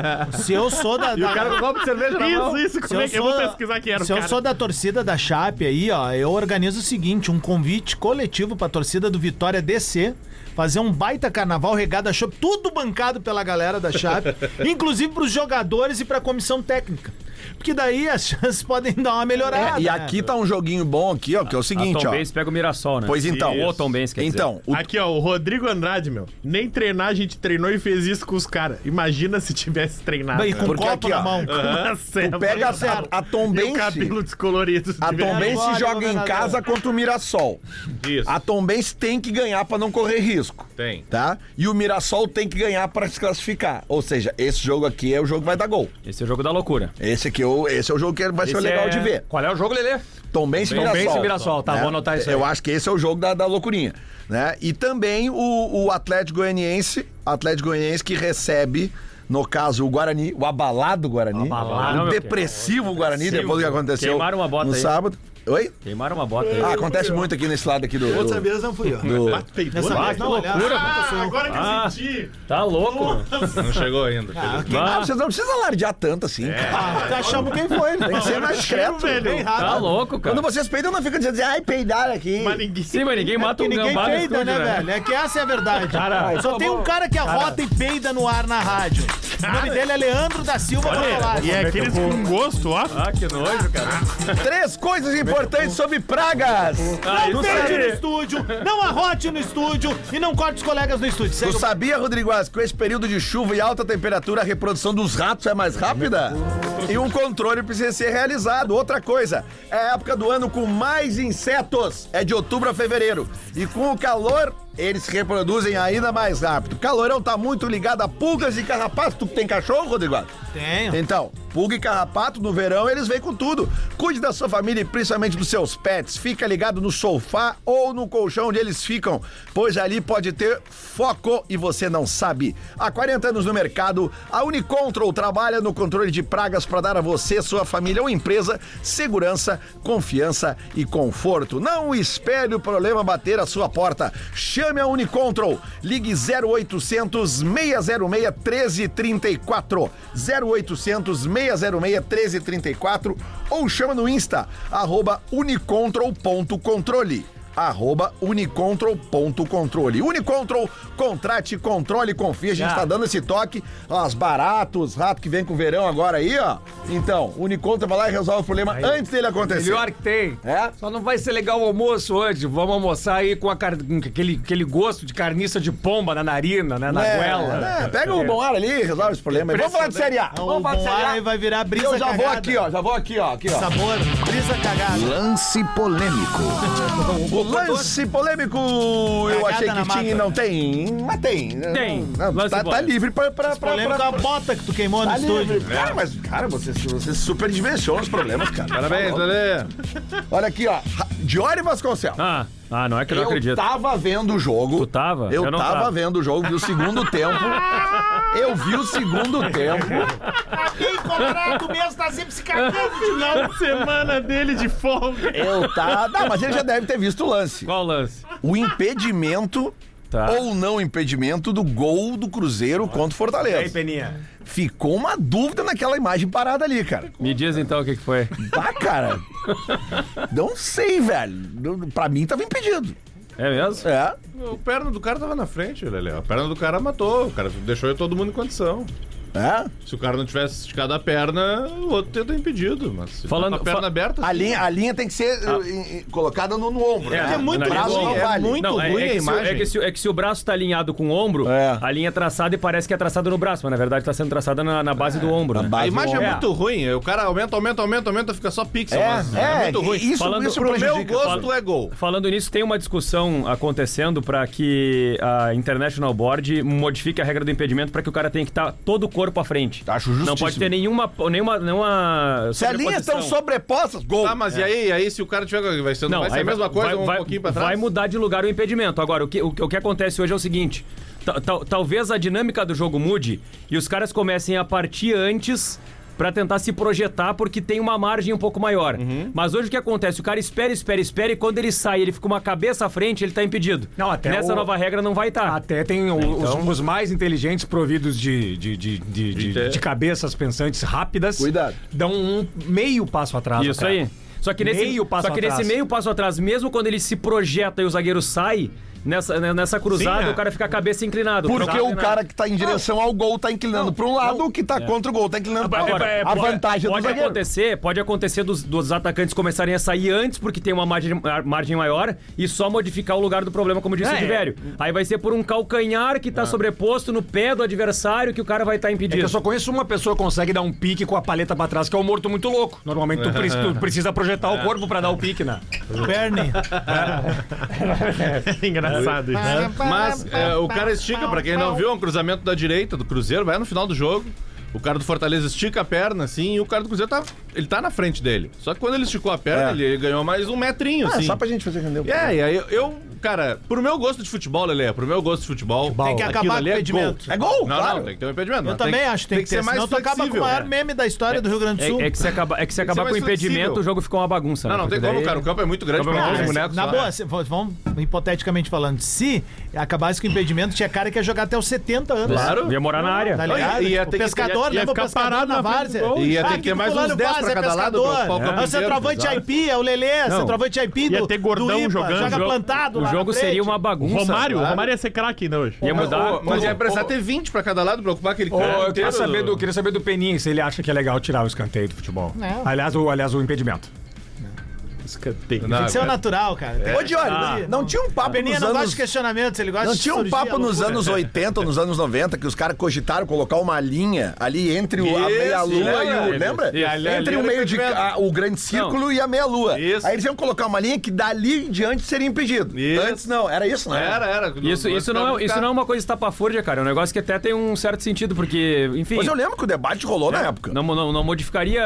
Speaker 5: Se eu sou da.
Speaker 3: É. E o cara com um copo de cerveja na mão.
Speaker 5: Isso, isso,
Speaker 3: como é que- eu vou pesquisar quem era o
Speaker 5: Se
Speaker 3: cara.
Speaker 5: eu sou da torcida da Chape aí, ó, eu organizo o seguinte: um convite coletivo pra torcida do Vitória descer, fazer um baita carnaval regado a Chape, tudo bancado pela galera da Chape, inclusive pros jogadores e pra comissão técnica. Porque daí as chances podem dar uma melhorada.
Speaker 2: É, e
Speaker 5: né?
Speaker 2: aqui tá um joguinho bom aqui, ó, que é o
Speaker 4: Tom
Speaker 2: seguinte, ó.
Speaker 4: Benz pega o Mirassol, né?
Speaker 2: Pois então.
Speaker 4: Ou Tom Benz, quer dizer.
Speaker 2: Então, o
Speaker 3: Aqui, ó, o Rodrigo Andrade, meu. Nem treinar a gente treinou e fez isso com os caras. Imagina se tivesse treinado. é
Speaker 5: Bem, com
Speaker 2: Porque
Speaker 5: copo
Speaker 2: aqui,
Speaker 5: na
Speaker 2: ó,
Speaker 5: mão.
Speaker 2: Tu pega a, a
Speaker 3: E o
Speaker 2: Tombense.
Speaker 3: cabelo descolorido.
Speaker 2: A
Speaker 5: Agora,
Speaker 2: Tombense joga em
Speaker 5: governador.
Speaker 2: casa contra o Mirassol.
Speaker 6: Isso.
Speaker 2: A Tombense tem que ganhar pra não correr risco,
Speaker 6: Tem.
Speaker 2: tá? E o Mirassol tem que ganhar pra se classificar. Ou seja, esse jogo aqui é o jogo que vai dar gol.
Speaker 4: Esse é o jogo da loucura.
Speaker 2: Esse aqui é o- esse é o jogo que vai ser
Speaker 4: Esse
Speaker 2: legal
Speaker 4: é-
Speaker 2: de ver.
Speaker 8: Qual é o jogo, Lelê?
Speaker 2: Tombense e
Speaker 8: Tombense
Speaker 2: Mirassol.
Speaker 8: e Mirassol, tá, vou anotar isso aí.
Speaker 2: Né? Eu acho que esse é o jogo da, da loucurinha, né? E também o, o Atlético Goianiense, Atlético Goianiense que recebe, no caso, o Guarani, o abalado Guarani,
Speaker 4: abalado,
Speaker 2: o
Speaker 4: meu
Speaker 2: depressivo Guarani, depois do que aconteceu
Speaker 4: Queimaram uma bota
Speaker 2: no
Speaker 4: aí.
Speaker 2: sábado. Oi?
Speaker 4: Queimaram uma bota aí.
Speaker 2: Ah, acontece muito aqui nesse lado aqui do...
Speaker 5: Outra
Speaker 2: do...
Speaker 5: vez não fui eu.
Speaker 2: do-
Speaker 5: Nessa
Speaker 4: Ah,
Speaker 5: vez
Speaker 4: que
Speaker 5: não, aliás.
Speaker 4: loucura,
Speaker 5: Ah,
Speaker 3: Agora que
Speaker 4: Ah.
Speaker 3: eu senti.
Speaker 4: Tá louco?
Speaker 6: Não chegou ainda.
Speaker 2: Ah, vocês não precisam alardear tanto assim, cara.
Speaker 5: Ah, tá achando quem foi, né?
Speaker 2: Tem que ser mais discreto.
Speaker 5: Bem
Speaker 3: velho.
Speaker 5: rápido.
Speaker 4: Tá louco, cara.
Speaker 2: Quando vocês peidam, não fica dizendo, assim, ai, peidar aqui.
Speaker 3: Mas ninguém...
Speaker 4: Sim, mas
Speaker 6: É
Speaker 4: ninguém mata um
Speaker 5: Que ninguém
Speaker 4: gambá no
Speaker 5: peida,
Speaker 4: estúdio,
Speaker 5: né, velho? É que essa é a verdade.
Speaker 4: Cara,
Speaker 5: Só tem um cara que arrota e peida no ar na rádio. O nome dele é Leandro da Silva Bortolatti.
Speaker 3: E é aqueles com gosto, ó.
Speaker 4: Ah, que nojo, cara.
Speaker 2: Três coisas importantes sobre pragas.
Speaker 4: Ah, isso
Speaker 5: Não peide no
Speaker 4: aí.
Speaker 5: estúdio, não arrote no estúdio e não corte os colegas no estúdio. Segue
Speaker 2: Tu
Speaker 5: o-
Speaker 2: sabia, Rodrigo Asco, que com esse período de chuva e alta temperatura, a reprodução dos ratos é mais rápida? E um controle precisa ser realizado. Outra coisa, é a época do ano com mais insetos. É de outubro a fevereiro. E com o calor, eles se reproduzem ainda mais rápido. O calorão tá muito ligado a pulgas e carrapatos. Tu tem cachorro, Rodrigo Asco?
Speaker 5: Tenho.
Speaker 2: Então, pulga e carrapato no verão, eles vêm com tudo. Cuide da sua família e principalmente dos seus pets. Fica ligado no sofá ou no colchão onde eles ficam, pois ali pode ter foco e você não sabe. Há 40 anos no mercado, a Unicontrol trabalha no controle de pragas para dar a você, sua família ou empresa segurança, confiança e conforto. Não espere o problema bater à sua porta. Chame a Unicontrol. Ligue 0800 606 1334. 0800 606 1334 ou chama no Insta, arroba unicontrol.controle arroba unicontrol.controle. Unicontrol, contrate, controle, confia. A gente
Speaker 4: Já.
Speaker 2: tá dando esse toque. Ó, as baratas, os ratos que vem com o verão agora aí, ó. Então, Unicontrol vai lá e resolve o problema antes dele acontecer.
Speaker 6: Melhor que tem.
Speaker 2: É?
Speaker 6: Só não vai ser legal o almoço hoje. Vamos almoçar aí com, a car- com aquele, aquele gosto de carniça de pomba na narina, né? Na
Speaker 2: É,
Speaker 6: goela.
Speaker 2: é, pega o bom ar ali, resolve esse problema. aí. Vamos falar de Série A.
Speaker 5: Ah, O
Speaker 2: Vamos falar de
Speaker 5: bom
Speaker 2: Série
Speaker 5: ar
Speaker 2: A.
Speaker 5: aí vai virar brisa
Speaker 2: Eu já vou
Speaker 5: cagada.
Speaker 2: aqui, ó. Já vou aqui, ó. Aqui, ó.
Speaker 5: Sabor, brisa cagada.
Speaker 10: Lance polêmico.
Speaker 2: O lance polêmico eu
Speaker 5: Cagada
Speaker 2: achei
Speaker 5: na
Speaker 2: que tinha e
Speaker 5: mata.
Speaker 2: não tem. Mas tem.
Speaker 4: Tem.
Speaker 2: Não,
Speaker 4: Lance
Speaker 2: tá, tá
Speaker 4: polêmico.
Speaker 2: livre pra. pra, pra,
Speaker 5: Polêmica
Speaker 2: pra-
Speaker 5: a bota que tu queimou no
Speaker 2: tá
Speaker 5: estúdio.
Speaker 2: livre.
Speaker 4: É.
Speaker 2: Cara, mas, cara, vocês você super dimensionam os problemas, cara. Tá
Speaker 3: Parabéns, Lelê.
Speaker 2: Olha aqui, ó. Diori Vasconcelos.
Speaker 4: Ah, ah, não é que eu não acredito.
Speaker 2: tava vendo o jogo.
Speaker 4: Tu tava?
Speaker 2: Eu,
Speaker 4: Eu não
Speaker 2: tava,
Speaker 4: tava.
Speaker 2: vendo o jogo, vi o segundo tempo. Eu vi o segundo tempo.
Speaker 5: Quem comprar tu mesmo tá sempre se cagando de novo.
Speaker 11: Semana dele de folga.
Speaker 2: Eu tava. Não, mas ele já deve ter visto o lance.
Speaker 4: Qual o lance?
Speaker 2: O impedimento
Speaker 4: Tá.
Speaker 2: ou não impedimento do gol do Cruzeiro contra o Fortaleza.
Speaker 5: Peninha.
Speaker 2: Ficou uma dúvida naquela imagem parada ali, cara.
Speaker 4: Me diz então o que, que foi.
Speaker 2: Ah, cara. Não sei, velho. Pra mim tava impedido.
Speaker 4: É mesmo?
Speaker 2: É.
Speaker 3: O perna do cara tava na frente, Lelê. A perna do cara matou. O cara deixou todo mundo em condição.
Speaker 2: É.
Speaker 3: Se o cara não tivesse esticado a perna, o outro teria ter impedido. Mas se
Speaker 4: Falando-
Speaker 3: tá com a perna
Speaker 4: fa-
Speaker 3: aberta.
Speaker 2: A linha, a linha tem que ser eh, em- em- colocada no, no ombro.
Speaker 4: Ah. É,
Speaker 2: né?
Speaker 4: é muito
Speaker 2: O braço
Speaker 4: ruim,
Speaker 2: não
Speaker 4: é
Speaker 2: vale.
Speaker 3: muito-
Speaker 4: é,
Speaker 3: ruim
Speaker 4: é
Speaker 3: a
Speaker 4: que se, o-
Speaker 3: imagem.
Speaker 4: é que se- é que se o braço tá alinhado com o ombro,
Speaker 2: É.
Speaker 4: a linha é traçada e parece que é traçada no braço, mas na verdade tá sendo traçada na, na base do ombro. né?
Speaker 3: A
Speaker 2: Base
Speaker 3: imagem
Speaker 2: no
Speaker 3: é
Speaker 2: ombro.
Speaker 3: muito ruim. O cara aumenta, aumenta, aumenta, aumenta, fica só pixel. mas
Speaker 2: É, é,
Speaker 3: é muito ruim.
Speaker 2: Isso,
Speaker 4: Falando-
Speaker 2: isso
Speaker 4: pro meu
Speaker 2: prejudica.
Speaker 3: Meu gosto é gol.
Speaker 4: Falando nisso, tem uma discussão acontecendo para que a International Board modifique a regra do impedimento para que o cara tenha que estar todo o corpo à frente.
Speaker 2: Acho
Speaker 4: Não
Speaker 2: justíssimo.
Speaker 4: pode ter nenhuma. nenhuma, nenhuma
Speaker 2: Se então, a linha estão
Speaker 4: sobreposição.
Speaker 2: sobrepostas, gol.
Speaker 3: Tá, mas e aí? Aí se o cara tiver. Vai ser,
Speaker 4: É. Não,
Speaker 3: vai ser
Speaker 4: aí
Speaker 3: a mesma coisa,
Speaker 4: vai,
Speaker 3: um
Speaker 4: vai-
Speaker 3: pouquinho pra trás.
Speaker 4: Vai mudar de lugar o impedimento. Agora, o que, o, que- o que acontece hoje é o seguinte: ta- tal- talvez a dinâmica do jogo mude e os caras comecem a partir antes pra tentar se projetar porque tem uma margem um pouco maior.
Speaker 3: Uhum.
Speaker 4: Mas hoje o que acontece? O cara espera, espera, espera e quando ele sai, ele fica uma cabeça à frente, ele tá impedido.
Speaker 6: Não, até
Speaker 4: Nessa
Speaker 6: o-
Speaker 4: nova regra não vai tá. estar.
Speaker 6: Até tem o- os, os mais inteligentes providos de, de, de, Então- de, de-
Speaker 3: Inter-
Speaker 6: de cabeças pensantes rápidas.
Speaker 2: Cuidado.
Speaker 6: Dão um meio passo atrás.
Speaker 4: Isso
Speaker 6: cara.
Speaker 4: aí. Só que, nesse,
Speaker 6: Meio passo
Speaker 4: só que nesse
Speaker 6: atrás.
Speaker 4: meio passo atrás, mesmo quando ele se projeta e o zagueiro sai, nessa, nessa cruzada,
Speaker 3: é.
Speaker 4: o cara fica a cabeça inclinada.
Speaker 2: Porque
Speaker 4: Cruzada
Speaker 2: o
Speaker 4: inclinada.
Speaker 2: cara que tá em direção ao gol tá inclinando para um lado, o que tá contra o gol tá inclinando para outro.
Speaker 4: É. Agora,
Speaker 2: A vantagem é do
Speaker 4: É, pode
Speaker 2: zagueiro.
Speaker 4: acontecer, pode acontecer dos, dos atacantes começarem a sair antes porque tem uma margem, a- margem maior e só modificar o lugar do problema, como
Speaker 6: É,
Speaker 4: disse o Diverio. Aí vai ser por um calcanhar que tá sobreposto no pé do adversário que o cara vai estar
Speaker 6: É que
Speaker 4: impedido.
Speaker 6: eu só conheço uma pessoa que consegue dar um pique com a paleta pra trás, que é o morto muito louco. Normalmente tu, pre- tu precisa projetar
Speaker 4: É.
Speaker 6: o corpo pra dar o pique, né?
Speaker 5: Bernie.
Speaker 11: Engraçado isso.
Speaker 3: Mas é, o cara estica, pra quem não viu, é um cruzamento da direita do Cruzeiro, vai no final do jogo. O cara do Fortaleza estica a perna, assim, e o cara do Cruzeiro tá. Ele tá na frente dele. Só que quando ele esticou a perna,
Speaker 2: É.
Speaker 3: ele, ele ganhou mais um metrinho,
Speaker 2: É,
Speaker 3: assim.
Speaker 2: só pra gente fazer render o
Speaker 3: É, e aí eu, eu, cara, pro meu gosto de futebol, Lelê, pro meu gosto de futebol,
Speaker 5: Tem que acabar
Speaker 3: aquilo
Speaker 5: com
Speaker 3: ali
Speaker 5: o
Speaker 3: é
Speaker 5: impedimento.
Speaker 3: gol.
Speaker 2: É gol,
Speaker 3: Não,
Speaker 2: claro.
Speaker 3: não, tem que ter um impedimento.
Speaker 5: Eu
Speaker 3: mas
Speaker 5: também acho, tem que, ser, senão tu acaba com o
Speaker 3: flexível. né? é.
Speaker 5: maior meme da história do Rio Grande do Sul.
Speaker 4: É, é que se acaba- é que se
Speaker 3: ser
Speaker 4: acabar com o
Speaker 3: mais
Speaker 4: impedimento,
Speaker 3: flexível.
Speaker 4: o jogo ficou uma bagunça.
Speaker 3: Não,
Speaker 4: né?
Speaker 3: não tem
Speaker 4: Porque
Speaker 3: como,
Speaker 4: daí-
Speaker 3: cara. O campo é muito grande
Speaker 4: Não,
Speaker 3: pra
Speaker 4: não,
Speaker 3: alguns
Speaker 4: é,
Speaker 3: bonecos.
Speaker 5: Na
Speaker 3: só. né?
Speaker 5: boa, se- v- vamos hipoteticamente falando, se acabasse com o impedimento, tinha cara que ia jogar até os 70 anos.
Speaker 3: Claro.
Speaker 4: Ia morar na área.
Speaker 5: Tá ligado?
Speaker 3: Ia- ia
Speaker 5: o
Speaker 3: ter que-
Speaker 5: pescador,
Speaker 3: ia- ia
Speaker 5: lembra o
Speaker 3: ficar
Speaker 5: pescador
Speaker 3: parado
Speaker 5: na
Speaker 3: na frente
Speaker 5: várzea?
Speaker 3: do gol. Ia ter
Speaker 5: Ah,
Speaker 3: que
Speaker 5: que
Speaker 3: ter mais
Speaker 5: fulano
Speaker 3: uns 10
Speaker 5: Vaz
Speaker 3: pra
Speaker 5: é
Speaker 3: cada lado pra ocupar o
Speaker 5: pescador.
Speaker 3: campo
Speaker 5: É o
Speaker 3: inteiro.
Speaker 5: centroavante
Speaker 3: Exato.
Speaker 5: Aipi, é o Lelê, centroavante Aipi
Speaker 11: Ia
Speaker 5: do,
Speaker 11: ter gordão
Speaker 5: do Ipa,
Speaker 11: jogando.
Speaker 5: joga
Speaker 11: Jogo-
Speaker 5: plantado
Speaker 4: O
Speaker 5: lá
Speaker 4: jogo
Speaker 5: na frente.
Speaker 4: seria uma
Speaker 6: é
Speaker 4: bagunça.
Speaker 11: Romário, o Romário ia ser craque ainda hoje.
Speaker 2: É
Speaker 4: Ia mudar.
Speaker 3: Ô, Mas ia precisar ter 20 pra cada lado pra ocupar aquele
Speaker 6: Ô,
Speaker 3: campo
Speaker 6: eu queria
Speaker 3: inteiro.
Speaker 6: saber, do, eu queria saber do Peninha se ele acha que é legal tirar o escanteio do futebol. Aliás o, aliás, o impedimento.
Speaker 3: Escanteio.
Speaker 5: Tem
Speaker 6: Não,
Speaker 5: que ser o
Speaker 6: cara.
Speaker 5: natural, cara. Tem
Speaker 2: Ô,
Speaker 5: que-
Speaker 2: Diori,
Speaker 5: Ah.
Speaker 2: não, não tinha um
Speaker 5: A
Speaker 2: papo
Speaker 5: Peninha
Speaker 2: É. nos
Speaker 5: não gosta
Speaker 2: anos...
Speaker 5: de questionamentos, ele gosta
Speaker 2: Não
Speaker 5: de
Speaker 2: tinha um
Speaker 5: surgir a
Speaker 2: papo nos
Speaker 5: loucura.
Speaker 2: anos 80 ou nos anos 90 que os caras cogitaram colocar uma linha ali entre o- a
Speaker 6: Isso,
Speaker 2: meia-lua e o.
Speaker 6: lembra?
Speaker 2: Lembra?
Speaker 6: Isso. E ali-
Speaker 2: entre
Speaker 6: ali
Speaker 2: o
Speaker 6: era
Speaker 2: meio de.
Speaker 6: impedimento.
Speaker 2: a- o grande círculo e a meia-lua.
Speaker 6: Isso.
Speaker 2: Aí eles iam colocar uma linha que dali em diante seria impedido.
Speaker 6: Isso.
Speaker 2: Antes não, era isso, né?
Speaker 6: Era, era.
Speaker 4: Isso, isso, não é, isso não é uma coisa estapafúrdia, cara. É um negócio que até tem um certo sentido, porque, enfim.
Speaker 2: Mas eu lembro que o debate rolou na época.
Speaker 4: Não, não, não modificaria.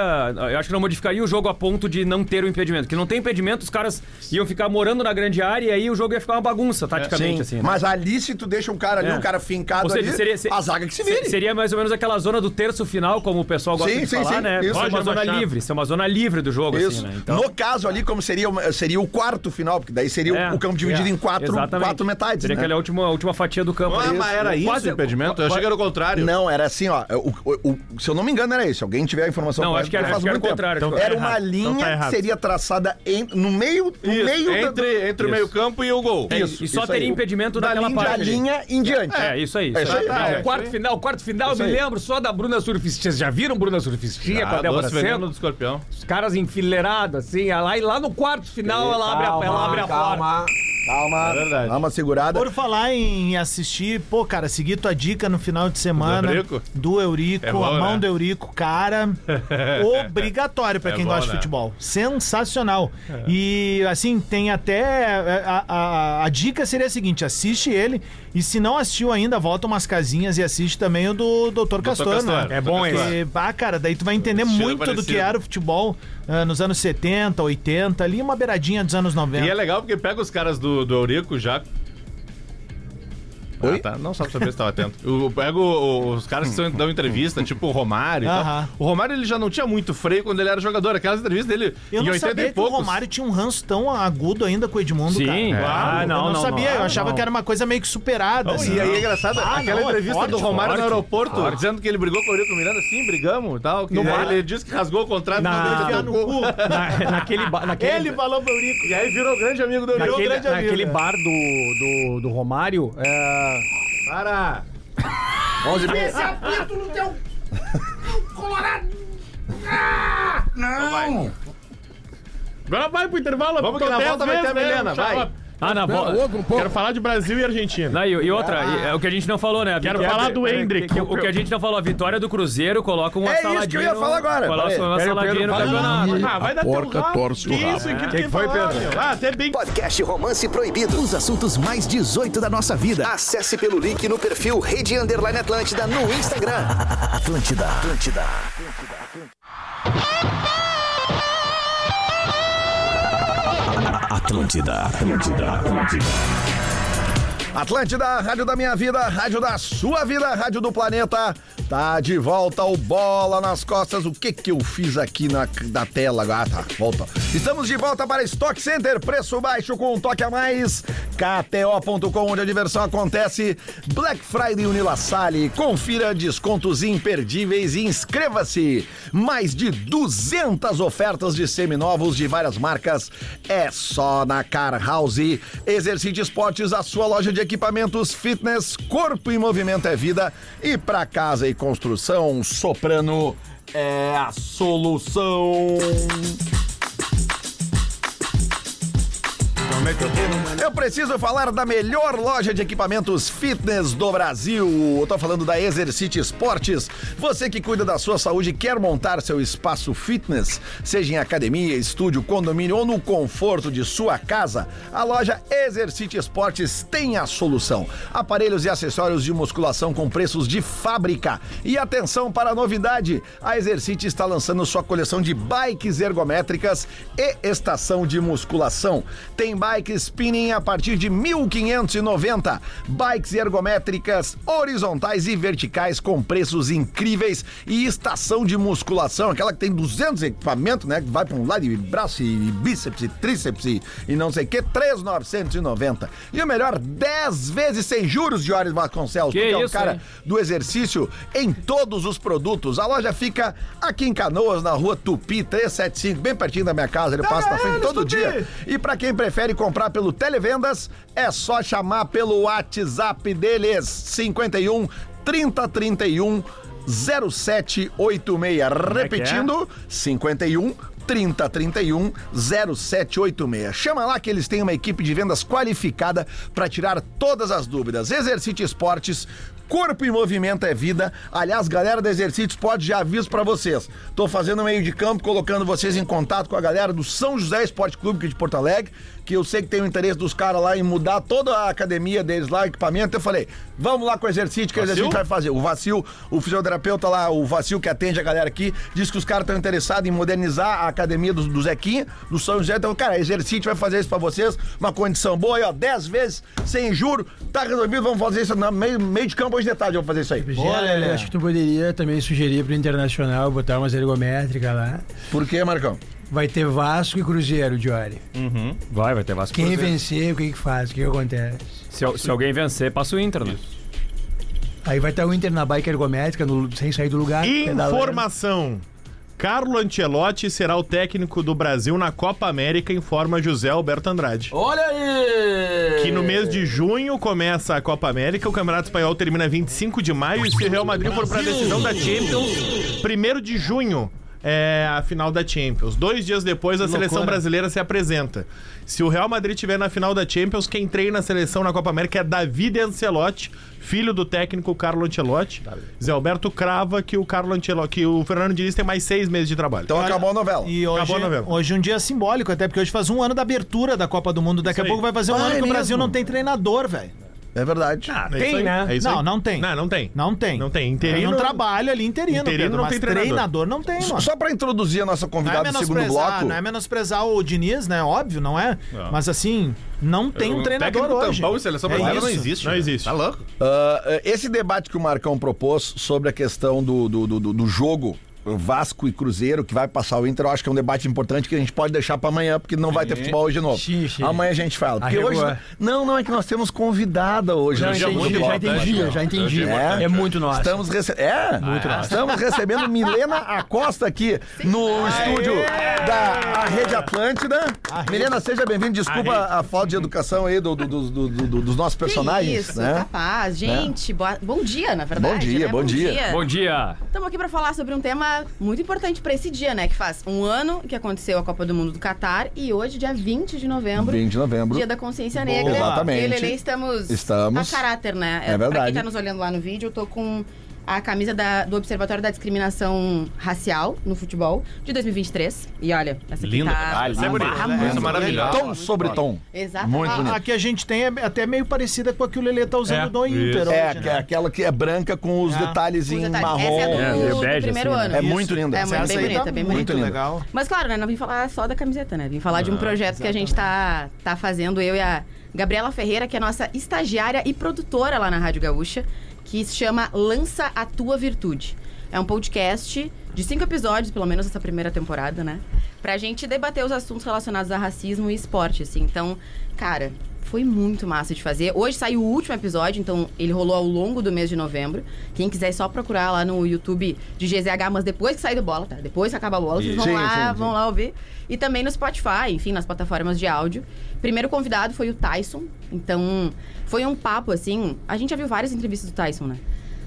Speaker 4: Eu acho que não modificaria o jogo a ponto de não ter o impedimento. Que não tem impedimento, os caras iam ficar morando na grande área e aí o jogo ia ficar uma bagunça,
Speaker 2: É,
Speaker 4: taticamente, assim. né?
Speaker 2: Mas ali, se tu deixa um cara ali,
Speaker 4: É.
Speaker 2: um cara fincado
Speaker 4: Ou seja,
Speaker 2: ali,
Speaker 4: seria- se-
Speaker 2: a zaga que se
Speaker 4: se-
Speaker 2: vire.
Speaker 4: Seria mais ou menos aquela zona do terço final, como o pessoal gosta
Speaker 2: Sim,
Speaker 4: de
Speaker 2: sim,
Speaker 4: falar,
Speaker 2: sim,
Speaker 4: né?
Speaker 2: isso.
Speaker 4: Isso, é uma
Speaker 2: Roger
Speaker 4: zona
Speaker 2: Machado.
Speaker 4: livre, isso é uma zona livre do jogo,
Speaker 2: Isso.
Speaker 4: assim, né? Então,
Speaker 2: No caso ali, como seria, uma- seria o quarto final, porque daí seria o-
Speaker 4: é,
Speaker 2: o campo dividido
Speaker 4: é,
Speaker 2: em quatro,
Speaker 4: exatamente.
Speaker 2: quatro metades.
Speaker 4: Seria
Speaker 2: né?
Speaker 4: aquela última, última fatia do campo.
Speaker 6: Ah,
Speaker 4: ali.
Speaker 6: mas era isso
Speaker 4: Quase-
Speaker 6: o impedimento? Eu achei que era o contrário.
Speaker 2: Não, era assim, ó. o- o- o- se eu não me engano, era isso. Se alguém tiver a informação
Speaker 4: Não,
Speaker 2: correta,
Speaker 4: acho que era-
Speaker 2: faz
Speaker 4: acho que era
Speaker 2: muito
Speaker 4: o
Speaker 2: tempo.
Speaker 4: contrário,
Speaker 2: Então,
Speaker 4: acho que
Speaker 2: era
Speaker 4: era
Speaker 2: uma
Speaker 4: errado.
Speaker 2: linha
Speaker 3: Então tá
Speaker 2: que
Speaker 3: errado.
Speaker 2: seria traçada em- no meio, no
Speaker 6: Isso,
Speaker 2: meio da-
Speaker 6: entre, entre o meio-campo e o gol.
Speaker 4: É isso, e só
Speaker 2: isso
Speaker 4: teria
Speaker 2: aí.
Speaker 4: impedimento
Speaker 2: da,
Speaker 4: naquela
Speaker 2: linha, da
Speaker 4: parte. ali.
Speaker 2: linha em diante.
Speaker 4: É, isso aí.
Speaker 2: isso aí.
Speaker 6: Ah, é.
Speaker 12: Quarto final, quarto final, eu me lembro só da Bruna Surfistinha. Vocês já viram Bruna Surfistinha com a
Speaker 6: Ah,
Speaker 12: Débora
Speaker 6: doce veneno
Speaker 12: Senna?
Speaker 6: do escorpião.
Speaker 12: Os caras enfileirados, assim, ela- e lá no quarto final ela abre a, ela abre a porta.
Speaker 8: calma.
Speaker 2: Calma, dá uma segurada.
Speaker 5: Por falar em assistir, pô, cara, seguir tua dica no final de semana
Speaker 6: Do Eurico?
Speaker 5: do Eurico,
Speaker 6: É bom,
Speaker 5: a mão
Speaker 6: né?
Speaker 5: do Eurico, cara, obrigatório pra
Speaker 6: É
Speaker 5: quem
Speaker 6: bom,
Speaker 5: gosta de
Speaker 6: né? É.
Speaker 5: futebol. Sensacional. E assim, tem até é, a, a- a dica seria a seguinte, assiste ele e se não assistiu ainda, volta umas casinhas e assiste também o do Dr. Castor,
Speaker 6: Castor,
Speaker 5: né?
Speaker 6: É bom Dr. Castor.
Speaker 5: esse. Ah, cara, daí tu vai entender
Speaker 6: Estilo
Speaker 5: muito do que
Speaker 6: parecido.
Speaker 5: era o futebol ah, nos anos 70, 80, ali uma beiradinha dos anos 90.
Speaker 6: E é legal porque pega os caras do, do Eurico já. Ah, tá. Não, só pra saber se tava atento. Eu pego o- os caras que são- dão entrevista, tipo o Romário e
Speaker 5: Aham.
Speaker 6: tal. O Romário ele já não tinha muito freio quando ele era jogador. Aquelas entrevistas dele
Speaker 5: Eu
Speaker 6: em
Speaker 5: não
Speaker 6: 80
Speaker 5: sabia
Speaker 6: e
Speaker 5: que o
Speaker 6: poucos.
Speaker 5: Romário tinha um ranço tão agudo ainda com o Edmundo,
Speaker 4: Sim,
Speaker 5: cara.
Speaker 4: é. Ah, não,
Speaker 5: eu não,
Speaker 4: não,
Speaker 5: sabia,
Speaker 4: não.
Speaker 5: eu achava
Speaker 4: Não.
Speaker 5: que era uma coisa meio que superada. assim.
Speaker 3: né?
Speaker 6: E aí é engraçado,
Speaker 5: Ah,
Speaker 6: aquela
Speaker 5: não, é
Speaker 6: entrevista
Speaker 5: forte,
Speaker 6: do Romário
Speaker 5: forte.
Speaker 6: no aeroporto, dizendo que ele brigou com o Eurico Miranda, sim, brigamos e tal. Que
Speaker 12: No
Speaker 6: aí
Speaker 12: mar.
Speaker 6: ele disse que rasgou o contrato
Speaker 12: Na-
Speaker 6: mandou enfiar no cu.
Speaker 12: Na- naquele, ba- naquele,
Speaker 5: Ele falou pro Eurico.
Speaker 6: E aí virou grande amigo do Eurico.
Speaker 12: naquele,
Speaker 5: grande amigo,
Speaker 12: naquele
Speaker 5: né?
Speaker 12: bar do, do, do Romário, é,
Speaker 6: Para!
Speaker 7: Não!
Speaker 3: Agora vai pro intervalo.
Speaker 6: Então Vamos que na
Speaker 3: dez
Speaker 6: volta vai ter a
Speaker 3: vezes, né,
Speaker 6: Milena, vai.
Speaker 3: chapa?
Speaker 4: Ah, na volta.
Speaker 3: Quero falar de Brasil e Argentina.
Speaker 4: Não, e, e
Speaker 2: Ah.
Speaker 4: outra, e- é o que a gente não falou, né? A
Speaker 3: Quero
Speaker 4: vitória-
Speaker 3: falar do
Speaker 4: é,
Speaker 3: Hendrick.
Speaker 4: que- que- o que a gente não falou, a vitória do Cruzeiro coloca um
Speaker 2: É isso que eu
Speaker 4: assaladinho.
Speaker 2: ia falar agora.
Speaker 4: Coloca
Speaker 2: Peraí.
Speaker 4: um assaladinho no campeonato.
Speaker 3: Ah, vai dar porca torce o Isso,
Speaker 6: É,
Speaker 3: que, que foi, Pedro? Ah, até bem
Speaker 13: Podcast Romance Proibido. Os assuntos mais 18 da nossa vida. Acesse pelo link no perfil Rede Underline Atlântida no Instagram. Atlântida. Atlântida.
Speaker 1: Atlântida, Atlântida, Atlântida.
Speaker 2: Atlântida, rádio da minha vida, rádio da sua vida, rádio do planeta. Tá de volta o bola nas costas. O que que eu fiz aqui na, da tela? Ah, tá, volta. Estamos de volta para Stock Center, preço baixo com um toque a mais. KTO.com, onde a diversão acontece. Black Friday Unilassale. Confira descontos imperdíveis e inscreva-se. Mais de 200 ofertas de seminovos de várias marcas. É só na Car House. Exercite Esportes, a sua loja de equipamentos fitness, corpo em movimento é vida. E para casa e construção, Soprano é a solução. Eu preciso falar da melhor loja de equipamentos fitness do Brasil. Eu tô falando da Exercite Esportes. Você que cuida da sua saúde e quer montar seu espaço fitness, seja em academia, estúdio, condomínio ou no conforto de sua casa, a loja Exercite Esportes tem a solução. Aparelhos e acessórios de musculação com preços de fábrica. E atenção para a novidade: a Exercite está lançando sua coleção de bikes ergométricas e estação de musculação. Tem bike spinning a partir de 1.590. Bikes ergométricas horizontais e verticais com preços incríveis e estação de musculação, aquela que tem 200 equipamentos, né? Que vai para um lado e braço e bíceps e tríceps e, e não sei o que, 3,990. E o melhor, 10 vezes sem juros, Jorge Vasconcelos.
Speaker 4: Que
Speaker 2: tu é um
Speaker 4: isso,
Speaker 2: cara
Speaker 4: hein?
Speaker 2: do exercício em todos os produtos. A loja fica aqui em Canoas, na rua Tupi 375, bem pertinho da minha casa. Ele passa na frente todo dia. E para quem prefere comprar pelo Televendas, é só chamar pelo WhatsApp deles: 51 3031 0786. Repetindo, 51 30 31 0786. Chama lá que eles têm uma equipe de vendas qualificada para tirar todas as dúvidas. Exercite Esportes. Corpo em movimento é vida. Aliás, galera da Exercite Esportes, já aviso para vocês. Tô fazendo meio de campo, colocando vocês em contato com a galera do São José Esporte Clube aqui de Porto Alegre, que eu sei que tem o interesse dos caras lá em mudar toda a academia deles lá, equipamento. Eu falei, vamos lá com o Exercite, que o Exercite vai fazer. O Vacil, o fisioterapeuta lá, o Vacil que atende a galera aqui, diz que os caras estão interessados em modernizar a academia do, do Zequinha, do São José. Então, cara, Exercite vai fazer isso pra vocês, uma condição boa aí, ó, 10 vezes, sem juro, tá resolvido, vamos fazer isso no meio, meio de campo hoje de tarde, eu vou fazer isso aí.
Speaker 14: Olha, é, eu acho que tu poderia também sugerir pro Internacional botar umas ergométricas lá.
Speaker 2: Por quê, Marcão?
Speaker 14: Vai ter Vasco e Cruzeiro, Jory.
Speaker 4: Vai, vai ter Vasco.
Speaker 14: Quem
Speaker 4: Cruzeiro.
Speaker 14: vencer, o que, que faz? O que, que acontece?
Speaker 4: Se, al- se alguém vencer, passa o Inter, né?
Speaker 14: Aí vai estar o Inter na bike ergométrica, no- sem sair do lugar. pedalando.
Speaker 3: Informação. Carlo Ancelotti será o técnico do Brasil na Copa América, informa José Alberto Andrade.
Speaker 15: Olha aí!
Speaker 3: Que no mês de junho começa a Copa América, o Campeonato Espanhol termina 25 de maio e se o Real Madrid for para a decisão da Champions, 1 de junho é a final da Champions. Dois dias depois, a
Speaker 6: Que
Speaker 3: seleção
Speaker 6: loucura.
Speaker 3: brasileira se apresenta. Se o Real Madrid estiver na final da Champions, quem treina a seleção na Copa América é David Ancelotti, filho do técnico Carlo Ancelotti. Zé Alberto crava que o Carlo Ancelotti, que o Fernando Diniz tem mais seis meses de trabalho. Então
Speaker 2: acabou a novela.
Speaker 5: E hoje,
Speaker 3: acabou a novela.
Speaker 5: hoje é um dia simbólico, até porque hoje faz um ano da abertura da Copa do Mundo. Daqui a
Speaker 3: aí.
Speaker 5: pouco vai fazer um
Speaker 3: Ah,
Speaker 5: ano
Speaker 3: é
Speaker 5: que o
Speaker 3: mesmo?
Speaker 5: Brasil não tem treinador, velho.
Speaker 2: É verdade.
Speaker 5: Ah,
Speaker 3: É isso aí, é isso
Speaker 5: não,
Speaker 3: aí.
Speaker 5: não tem.
Speaker 3: Não, não tem.
Speaker 5: Não tem.
Speaker 3: Não tem.
Speaker 5: Tem
Speaker 3: Interino
Speaker 5: um trabalho ali interino,
Speaker 3: Interino
Speaker 5: Pedro,
Speaker 3: não
Speaker 5: mas
Speaker 3: tem treinador.
Speaker 5: não tem, mano.
Speaker 2: Só pra introduzir a nossa
Speaker 5: Não é,
Speaker 2: convidada do segundo
Speaker 5: menosprezar,
Speaker 2: bloco.
Speaker 5: não é menosprezar o Diniz, né? Óbvio, não é?
Speaker 2: Não.
Speaker 5: Mas assim, não
Speaker 3: É,
Speaker 5: tem um
Speaker 2: O
Speaker 5: treinador
Speaker 2: técnico
Speaker 5: hoje. É
Speaker 2: tampão e seleção brasileira não
Speaker 5: isso.
Speaker 2: existe,
Speaker 3: Não existe. Tá louco?
Speaker 2: Ah, eh, esse debate que o Marcão propôs sobre a questão do, do, do- do- do jogo Vasco e Cruzeiro, que vai passar o Inter, eu acho que é um debate importante que a gente pode deixar pra amanhã, porque não vai ter futebol hoje de novo. Amanhã a gente fala. Porque
Speaker 14: Arregou.
Speaker 2: hoje, não, não, é que nós temos convidada hoje.
Speaker 14: Já
Speaker 2: no
Speaker 14: entendi,
Speaker 2: segundo
Speaker 14: já
Speaker 2: bloco,
Speaker 14: entendi,
Speaker 2: Marcão.
Speaker 14: já entendi.
Speaker 2: É,
Speaker 14: É muito Ah, nosso.
Speaker 2: Estamos recebendo. É?
Speaker 14: Muito nosso.
Speaker 2: Estamos recebendo Milena Acosta aqui no estúdio da Rede Atlântida. Milena, seja bem-vinda. Desculpa
Speaker 16: A
Speaker 2: a, falta de educação aí do- do- do- do- do- dos nossos personagens.
Speaker 16: Que isso, tá
Speaker 2: né?
Speaker 16: capaz. Gente, boa- bom dia, na verdade.
Speaker 2: Bom dia,
Speaker 16: né?
Speaker 2: bom dia.
Speaker 4: Bom dia.
Speaker 16: Estamos aqui para falar sobre um tema muito importante para esse dia, né? Que faz um ano que aconteceu a Copa do Mundo do Catar e hoje, dia 20 de novembro.
Speaker 2: 20 de novembro.
Speaker 16: Dia da Consciência
Speaker 2: Boa.
Speaker 16: Negra.
Speaker 2: Exatamente.
Speaker 16: Eu e o Lelê estamos,
Speaker 2: Estamos.
Speaker 16: a caráter, né?
Speaker 2: É
Speaker 16: Pra
Speaker 2: verdade.
Speaker 16: quem tá nos olhando lá no vídeo, eu tô com a camisa da- do Observatório da Discriminação Racial no Futebol de 2023. E olha, essa aqui
Speaker 5: Linda.
Speaker 16: tá...
Speaker 5: Ah, isso é bonito.
Speaker 16: barra
Speaker 5: Isso é
Speaker 16: muito
Speaker 5: maravilhoso.
Speaker 16: legal.
Speaker 5: Tom sobre tom.
Speaker 16: Exatamente.
Speaker 5: a, a que a gente tem é até meio parecida com a que o Lelê tá usando
Speaker 2: É,
Speaker 5: do Inter
Speaker 16: ah,
Speaker 2: isso.
Speaker 5: hoje,
Speaker 2: É,
Speaker 5: né?
Speaker 2: que- aquela que é branca com os
Speaker 5: É.
Speaker 2: detalhes
Speaker 5: Os
Speaker 2: em
Speaker 5: detalhes.
Speaker 2: marrom.
Speaker 5: Essa é do- É, do bege,
Speaker 16: primeiro assim, né? ano.
Speaker 2: É
Speaker 16: Isso.
Speaker 2: muito linda.
Speaker 16: É muito
Speaker 2: Essa
Speaker 16: bem
Speaker 2: aí
Speaker 17: tá
Speaker 16: bonita, bem bonita.
Speaker 2: linda.
Speaker 5: legal.
Speaker 16: Mas claro, né? Não vim falar só da camiseta, né? Vim falar de um
Speaker 17: Ah,
Speaker 16: projeto que a gente tá, tá fazendo, eu e a Gabriela Ferreira, que é nossa estagiária e produtora lá na Rádio Gaúcha, que se chama Lança a Tua Virtude. É um podcast de cinco episódios, pelo menos essa primeira temporada, né? Pra gente debater os assuntos relacionados a racismo e esporte, assim. Então, cara, foi muito massa de fazer. Hoje saiu o último episódio, então ele rolou ao longo do mês de novembro. Quem quiser é só procurar lá no YouTube de GZH, mas depois que sair do bola, tá? Depois que acabar a bola, vocês vão
Speaker 18: Sim,
Speaker 16: lá,
Speaker 18: sim, sim.
Speaker 16: vão lá ouvir. E também no Spotify, enfim, nas plataformas de áudio. Primeiro convidado foi o Tyson. Então, foi um papo assim. A gente já viu várias entrevistas do Tyson, né?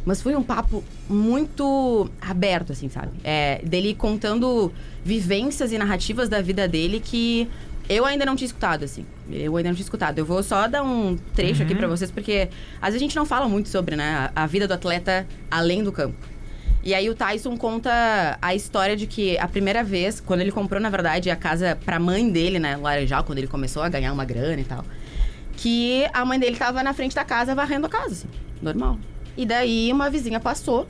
Speaker 16: Mas foi um papo muito aberto, assim, sabe? É, dele contando vivências e narrativas da vida dele que eu ainda não tinha escutado, assim. Eu ainda não tinha escutado. Eu vou só dar um trecho aqui
Speaker 18: Uhum.
Speaker 16: pra vocês, porque às vezes a gente não fala muito sobre, né, a a vida do atleta além do campo. E aí o Tyson conta a história de que a primeira vez, quando ele comprou, na verdade, a casa pra mãe dele, né, no Laranjal, quando ele começou a ganhar uma grana e tal, que a mãe dele tava na frente da casa varrendo a casa, assim, normal. E daí uma vizinha passou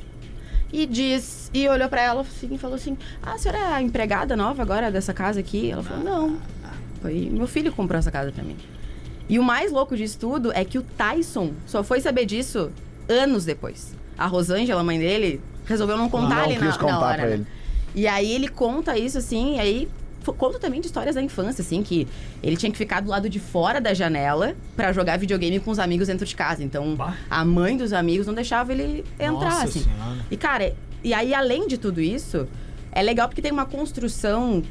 Speaker 16: e diz e olhou pra ela assim, e falou assim: "Ah, a senhora é a empregada nova agora dessa casa aqui?" Ela falou: "Não. Foi meu filho que comprou essa casa pra mim." E o mais louco disso tudo é que o Tyson só foi saber disso anos depois. A Rosângela, mãe dele, resolveu não contar
Speaker 2: Não
Speaker 16: ali na,
Speaker 2: quis contar
Speaker 16: na hora.
Speaker 2: pra
Speaker 16: né?
Speaker 2: ele.
Speaker 16: E aí ele conta isso, assim, e aí f- conta também de histórias da infância, assim, que ele tinha que ficar do lado de fora da janela pra jogar videogame com os amigos dentro de casa. Então, a mãe dos amigos não deixava ele entrar,
Speaker 18: Nossa
Speaker 16: assim.
Speaker 18: Senhora.
Speaker 16: E, cara, e aí, além de tudo isso, é legal porque tem uma construção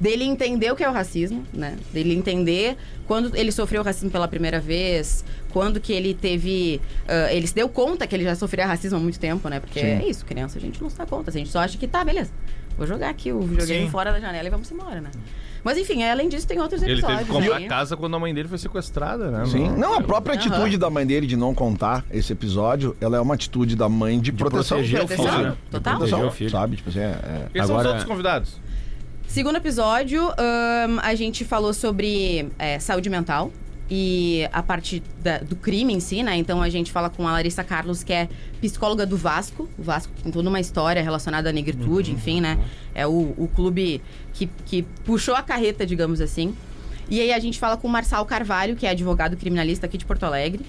Speaker 16: dele entender o que é o racismo, né? Dele entender quando ele sofreu racismo pela primeira vez, quando que ele teve. ah, ele se deu conta que ele já sofria racismo há muito tempo, né? Porque
Speaker 17: Sim.
Speaker 16: é isso, criança, a gente não se dá conta. A gente só acha que tá, beleza. Vou jogar aqui o videogame
Speaker 6: Sim.
Speaker 16: fora da janela e vamos embora, né? Mas enfim, além disso, tem outros
Speaker 6: Ele
Speaker 16: episódios.
Speaker 6: teve que comprar
Speaker 16: aí.
Speaker 6: casa quando a mãe dele foi sequestrada, né?
Speaker 17: Sim.
Speaker 6: mano?
Speaker 17: Não, a própria
Speaker 16: Aham.
Speaker 17: atitude da mãe dele de não contar esse episódio, ela é uma atitude da mãe de, proteção.
Speaker 16: proteger o
Speaker 17: de
Speaker 16: filho,
Speaker 17: proteção,
Speaker 16: né? Total.
Speaker 17: de proteção,
Speaker 16: Proteger o filho.
Speaker 17: Sabe? Tipo assim, é...
Speaker 6: Quem são os outros convidados?
Speaker 16: Segundo episódio, ahn, a gente falou sobre é, saúde mental e a parte da- do crime em si, né? Então a gente fala com a Larissa Carlos, que é psicóloga do Vasco. O Vasco tem toda uma história relacionada à negritude, enfim, né? É o, o clube que, que puxou a carreta, digamos assim. E aí a gente fala com o Marçal Carvalho, que é advogado criminalista aqui de Porto Alegre.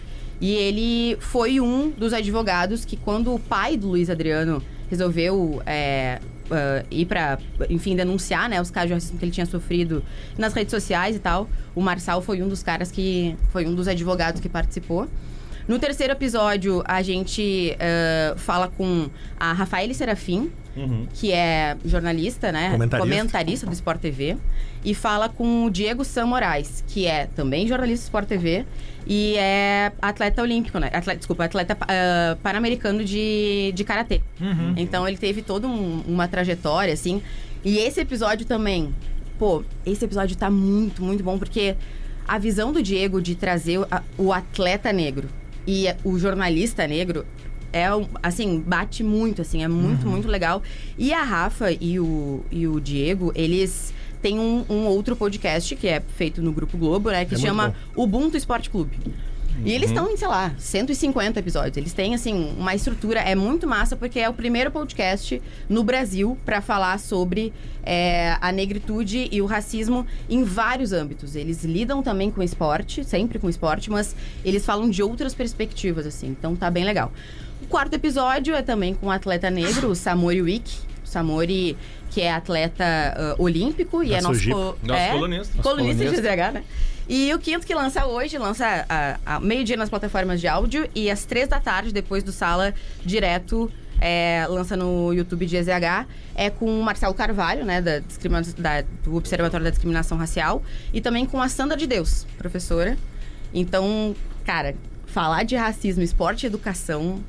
Speaker 16: E ele foi um dos advogados que, quando o pai do Luiz Adriano resolveu é, ah, ir pra, enfim, denunciar né, os casos de racismo que ele tinha sofrido nas redes sociais e tal, o Marçal foi um dos caras que. foi um dos advogados que participou. No terceiro episódio, a gente ah, fala com a Rafaele Serafim, que é jornalista, né?
Speaker 18: Comentarista.
Speaker 16: Comentarista do Sport TV. E fala com o Diego Sam Moraes, que é também jornalista do Sport TV e é atleta olímpico, né? Atleta, desculpa, atleta ah, pan-americano de, de karatê.
Speaker 18: Uhum.
Speaker 16: Então ele teve toda um- uma trajetória, assim. E esse episódio também, pô, esse episódio tá muito, muito bom, porque a visão do Diego de trazer o- a- o atleta negro e o jornalista negro é um- assim, bate muito, assim, é
Speaker 18: Uhum.
Speaker 16: muito, muito legal. E a Rafa e o, e o Diego, eles têm um, um outro podcast que é feito no Grupo Globo, né? Que
Speaker 18: É muito
Speaker 16: chama Ubuntu Esporte Clube. E eles estão em, sei lá, 150 episódios. Eles têm, assim, uma estrutura. É muito massa, porque é o primeiro podcast no Brasil pra falar sobre é, a negritude e o racismo em vários âmbitos. Eles lidam também com esporte, sempre com esporte, mas eles falam de outras perspectivas, assim. Então tá bem legal. O quarto episódio é também com o atleta negro, o Samori Wick. O Samori, que é atleta ah, olímpico e
Speaker 6: Da
Speaker 16: é nosso,
Speaker 6: Sugip.
Speaker 16: co-
Speaker 6: Nosso
Speaker 16: é,
Speaker 6: colunista. Nosso
Speaker 16: colunista de
Speaker 6: colunista.
Speaker 16: DH, né? E o quinto que lança hoje, lança a, a meio-dia nas plataformas de áudio e às três da tarde, depois do Sala, direto, é, lança no YouTube de EZH. É com o Marcelo Carvalho, né, da, discrimi- da- do Observatório da Discriminação Racial, e também com a Sandra de Deus, professora. Então, cara, falar de racismo, esporte e educação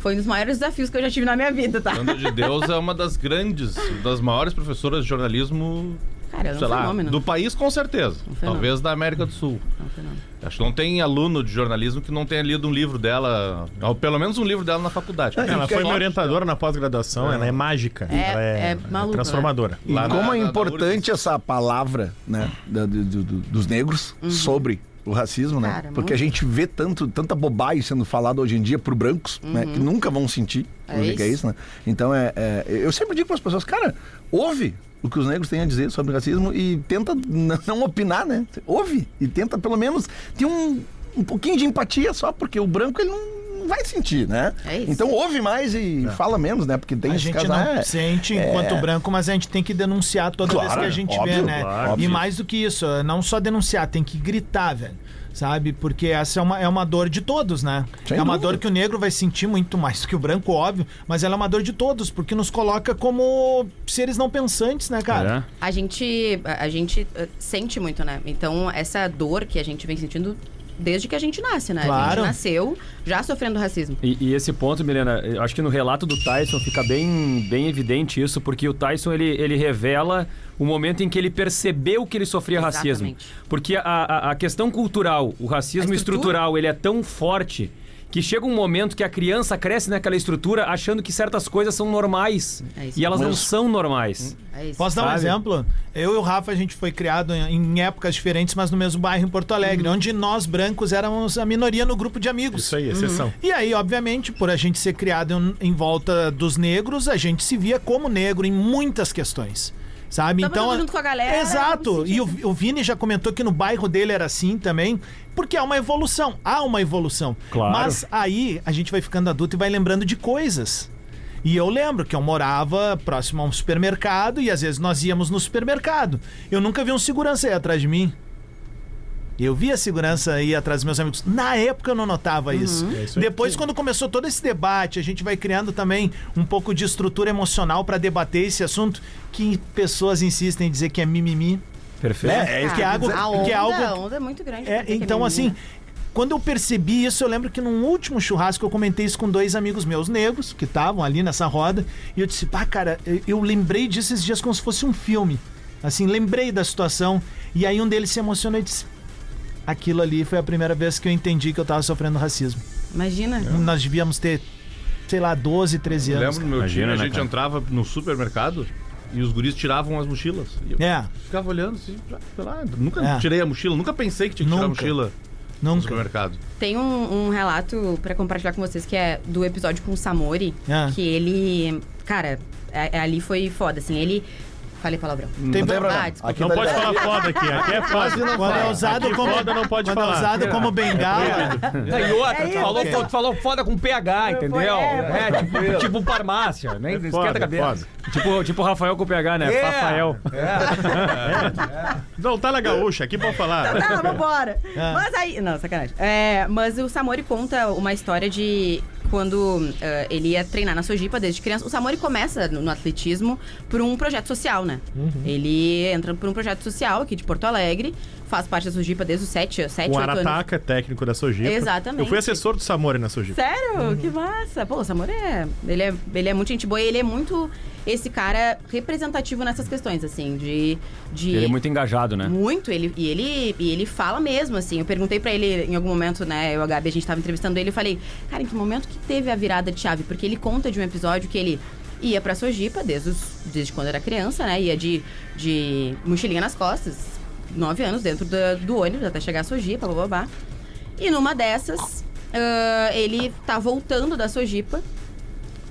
Speaker 16: foi um dos maiores desafios que eu já tive na minha vida, tá?
Speaker 6: Sandra de Deus é uma das grandes, das maiores professoras de jornalismo.
Speaker 16: Cara, é um
Speaker 6: sei lá,
Speaker 16: fenômeno. um é
Speaker 6: do país com certeza. Talvez da América do Sul. Acho que não tem aluno de jornalismo que não tenha lido um livro dela, ou pelo menos um livro dela na
Speaker 4: É.
Speaker 6: faculdade.
Speaker 3: Ela foi minha
Speaker 6: Sorte.
Speaker 3: orientadora na pós-graduação, ela é mágica.
Speaker 16: É-
Speaker 3: ela é,
Speaker 16: é maluca,
Speaker 3: transformadora.
Speaker 17: E como é importante essa palavra, né, da- do- do- do- dos negros sobre o racismo, né?
Speaker 16: Uhum. Cara,
Speaker 17: Porque a
Speaker 16: muito.
Speaker 17: gente vê tanto, tanta bobagem sendo falada hoje em dia por brancos, né,
Speaker 16: Uhum.
Speaker 17: que nunca vão sentir
Speaker 16: É
Speaker 17: o que que é
Speaker 16: isso.
Speaker 17: isso, né? Então é, é- eu sempre digo para as pessoas, cara, ouve o que os negros têm a dizer sobre racismo e tenta n- não opinar, né? Ouve e tenta pelo menos ter um, um pouquinho de empatia só porque o branco ele não não vai sentir, né?
Speaker 5: É isso.
Speaker 17: Então ouve mais e fala menos, né? Porque tem
Speaker 5: É. a
Speaker 17: esse
Speaker 5: gente
Speaker 17: caso,
Speaker 5: não
Speaker 17: ah,
Speaker 5: sente
Speaker 17: é-
Speaker 5: enquanto branco, mas a gente tem que denunciar toda vez
Speaker 17: Claro,
Speaker 5: que a gente
Speaker 17: óbvio,
Speaker 5: vê, né?
Speaker 17: claro,
Speaker 5: e
Speaker 17: óbvio.
Speaker 5: mais do que isso, não só denunciar, tem que gritar, velho. Sabe? Porque essa é uma, é uma dor de todos, né?
Speaker 17: Sem
Speaker 5: é uma
Speaker 17: dúvida.
Speaker 5: dor que o negro vai sentir muito mais do que o branco, óbvio, mas ela é uma dor de todos, porque nos coloca como seres não pensantes, né,
Speaker 4: É.
Speaker 5: cara?
Speaker 16: A gente, a a gente eh, sente muito, né? Então, essa dor que a gente vem sentindo desde que a gente nasce, né? A gente
Speaker 4: Claro.
Speaker 16: nasceu já sofrendo racismo.
Speaker 4: E, e esse ponto, Milena, eh, eu acho que no relato do Tyson fica bem, bem evidente isso, porque o Tyson ele, ele revela o momento em que ele percebeu que ele sofria racismo.
Speaker 12: Exatamente.
Speaker 4: Porque a, a, a questão cultural, o racismo
Speaker 12: A estrutura?
Speaker 4: estrutural, ele é tão forte que chega um momento que a criança cresce naquela estrutura achando que certas coisas são normais.
Speaker 12: É isso.
Speaker 4: e elas não
Speaker 12: Mas-
Speaker 4: são normais.
Speaker 16: É
Speaker 5: Posso dar um
Speaker 4: Sabe?
Speaker 5: exemplo? Eu e o Rafa, a gente foi criado em em épocas diferentes, mas no mesmo bairro em Porto Alegre, onde nós brancos éramos a minoria no grupo de amigos. Isso aí,
Speaker 3: exceção.
Speaker 5: E aí, obviamente, por a gente ser criado em, em volta dos negros, a gente se via como negro em muitas questões. Sabe?
Speaker 16: Tamo
Speaker 5: então.
Speaker 16: junto com a galera,
Speaker 5: Exato. E o, o Vini já comentou que no bairro dele era assim também, porque é uma evolução. Há uma evolução.
Speaker 12: Claro.
Speaker 5: Mas aí a gente vai ficando adulto e vai lembrando de coisas. E eu lembro que eu morava próximo a um supermercado e às vezes nós íamos no supermercado. Eu nunca vi um segurança aí atrás de mim. Eu via a segurança ir atrás dos meus amigos. Na época eu não notava isso.
Speaker 3: É isso aí.
Speaker 5: Depois, quando começou todo esse debate, a gente vai criando também um pouco de estrutura emocional para debater esse assunto que pessoas insistem em dizer que é mimimi.
Speaker 4: Perfeito.
Speaker 5: Né?
Speaker 16: Ah,
Speaker 5: que é algo,
Speaker 16: a onda,
Speaker 5: que é
Speaker 16: a
Speaker 5: algo
Speaker 16: onda é muito grande. pra
Speaker 5: é,
Speaker 16: dizer que
Speaker 5: então,
Speaker 16: mimimi,
Speaker 5: assim,
Speaker 16: né?
Speaker 5: quando eu percebi isso, eu lembro que num último churrasco eu comentei isso com dois amigos meus negros que estavam ali nessa roda. E eu disse, pá, cara, eu, eu lembrei disso esses dias como se fosse um filme. Assim, lembrei da situação. E aí um deles se emocionou e disse. Aquilo ali foi a primeira vez que eu entendi que eu tava sofrendo racismo.
Speaker 16: Imagina.
Speaker 5: Nós devíamos ter, sei lá, 12, 13
Speaker 6: Eu
Speaker 5: anos.
Speaker 6: lembro no meu
Speaker 5: Imagina,
Speaker 6: time, a
Speaker 5: né,
Speaker 6: gente
Speaker 5: cara?
Speaker 6: entrava no supermercado e os guris tiravam as mochilas. E eu
Speaker 5: É.
Speaker 6: ficava olhando assim, pra- sei lá, nunca
Speaker 5: É.
Speaker 6: tirei a mochila, nunca pensei que tinha que tirar a
Speaker 5: Nunca. é
Speaker 6: mochila no supermercado.
Speaker 16: Tem um, um relato pra compartilhar com vocês que é do episódio com o Samori,
Speaker 6: Ah.
Speaker 16: que ele. Cara, é- é- ali foi foda, assim. Ele. Falei palavrão.
Speaker 3: Não tem problema.
Speaker 16: Ah, desculpa.
Speaker 3: Aqui não pode falar foda aqui. Aqui é
Speaker 16: Quase
Speaker 3: foda.
Speaker 16: não Quando é fala. usado
Speaker 3: Aqui
Speaker 16: como-
Speaker 3: foda não pode
Speaker 16: quando é
Speaker 3: falar.
Speaker 5: usado como bengala.
Speaker 12: É, e outra, tu, falou,
Speaker 5: é.
Speaker 12: fo- tu falou foda com PH, entendeu? É, tipo, tipo farmácia, nem
Speaker 4: É
Speaker 12: esquenta
Speaker 4: foda,
Speaker 12: a cabeça.
Speaker 4: foda. Tipo, tipo Rafael com o PH, né?
Speaker 12: É.
Speaker 4: Rafael.
Speaker 3: Não, tá na gaúcha, aqui pode falar.
Speaker 16: Não, vambora.
Speaker 3: Ah.
Speaker 16: Mas aí. Não, sacanagem. É, mas o Samori conta uma história de quando eh, ele ia treinar na Sojipa desde criança. O Samori começa no, no atletismo por um projeto social, né?
Speaker 18: Uhum.
Speaker 16: Ele entra por um projeto social aqui de Porto Alegre, faz parte da Sojipa desde os 7, 7
Speaker 3: O
Speaker 16: 8 anos.
Speaker 3: Arataca, técnico da Sojipa.
Speaker 16: Exatamente.
Speaker 3: Eu fui assessor do Samori na Sojipa.
Speaker 16: Sério?
Speaker 4: Uhum.
Speaker 16: Que massa! Pô, o Samori é ele, é. ele é muito gente boa e ele é muito esse cara representativo nessas questões, assim, de. de
Speaker 4: Ele é muito engajado, né?
Speaker 16: muito, ele, e, ele, e ele fala mesmo, assim. Eu perguntei pra ele em algum momento, né? Eu e a Gabi, a gente tava entrevistando ele, eu falei, cara, em que momento que teve a virada de chave? Porque ele conta de um episódio que ele ia pra Sojipa desde, os- desde quando era criança, né? Ia de, de mochilinha nas costas, nove anos dentro da- do ônibus, até chegar a Sojipa, bababá. E numa dessas, ah, ele tá voltando da Sojipa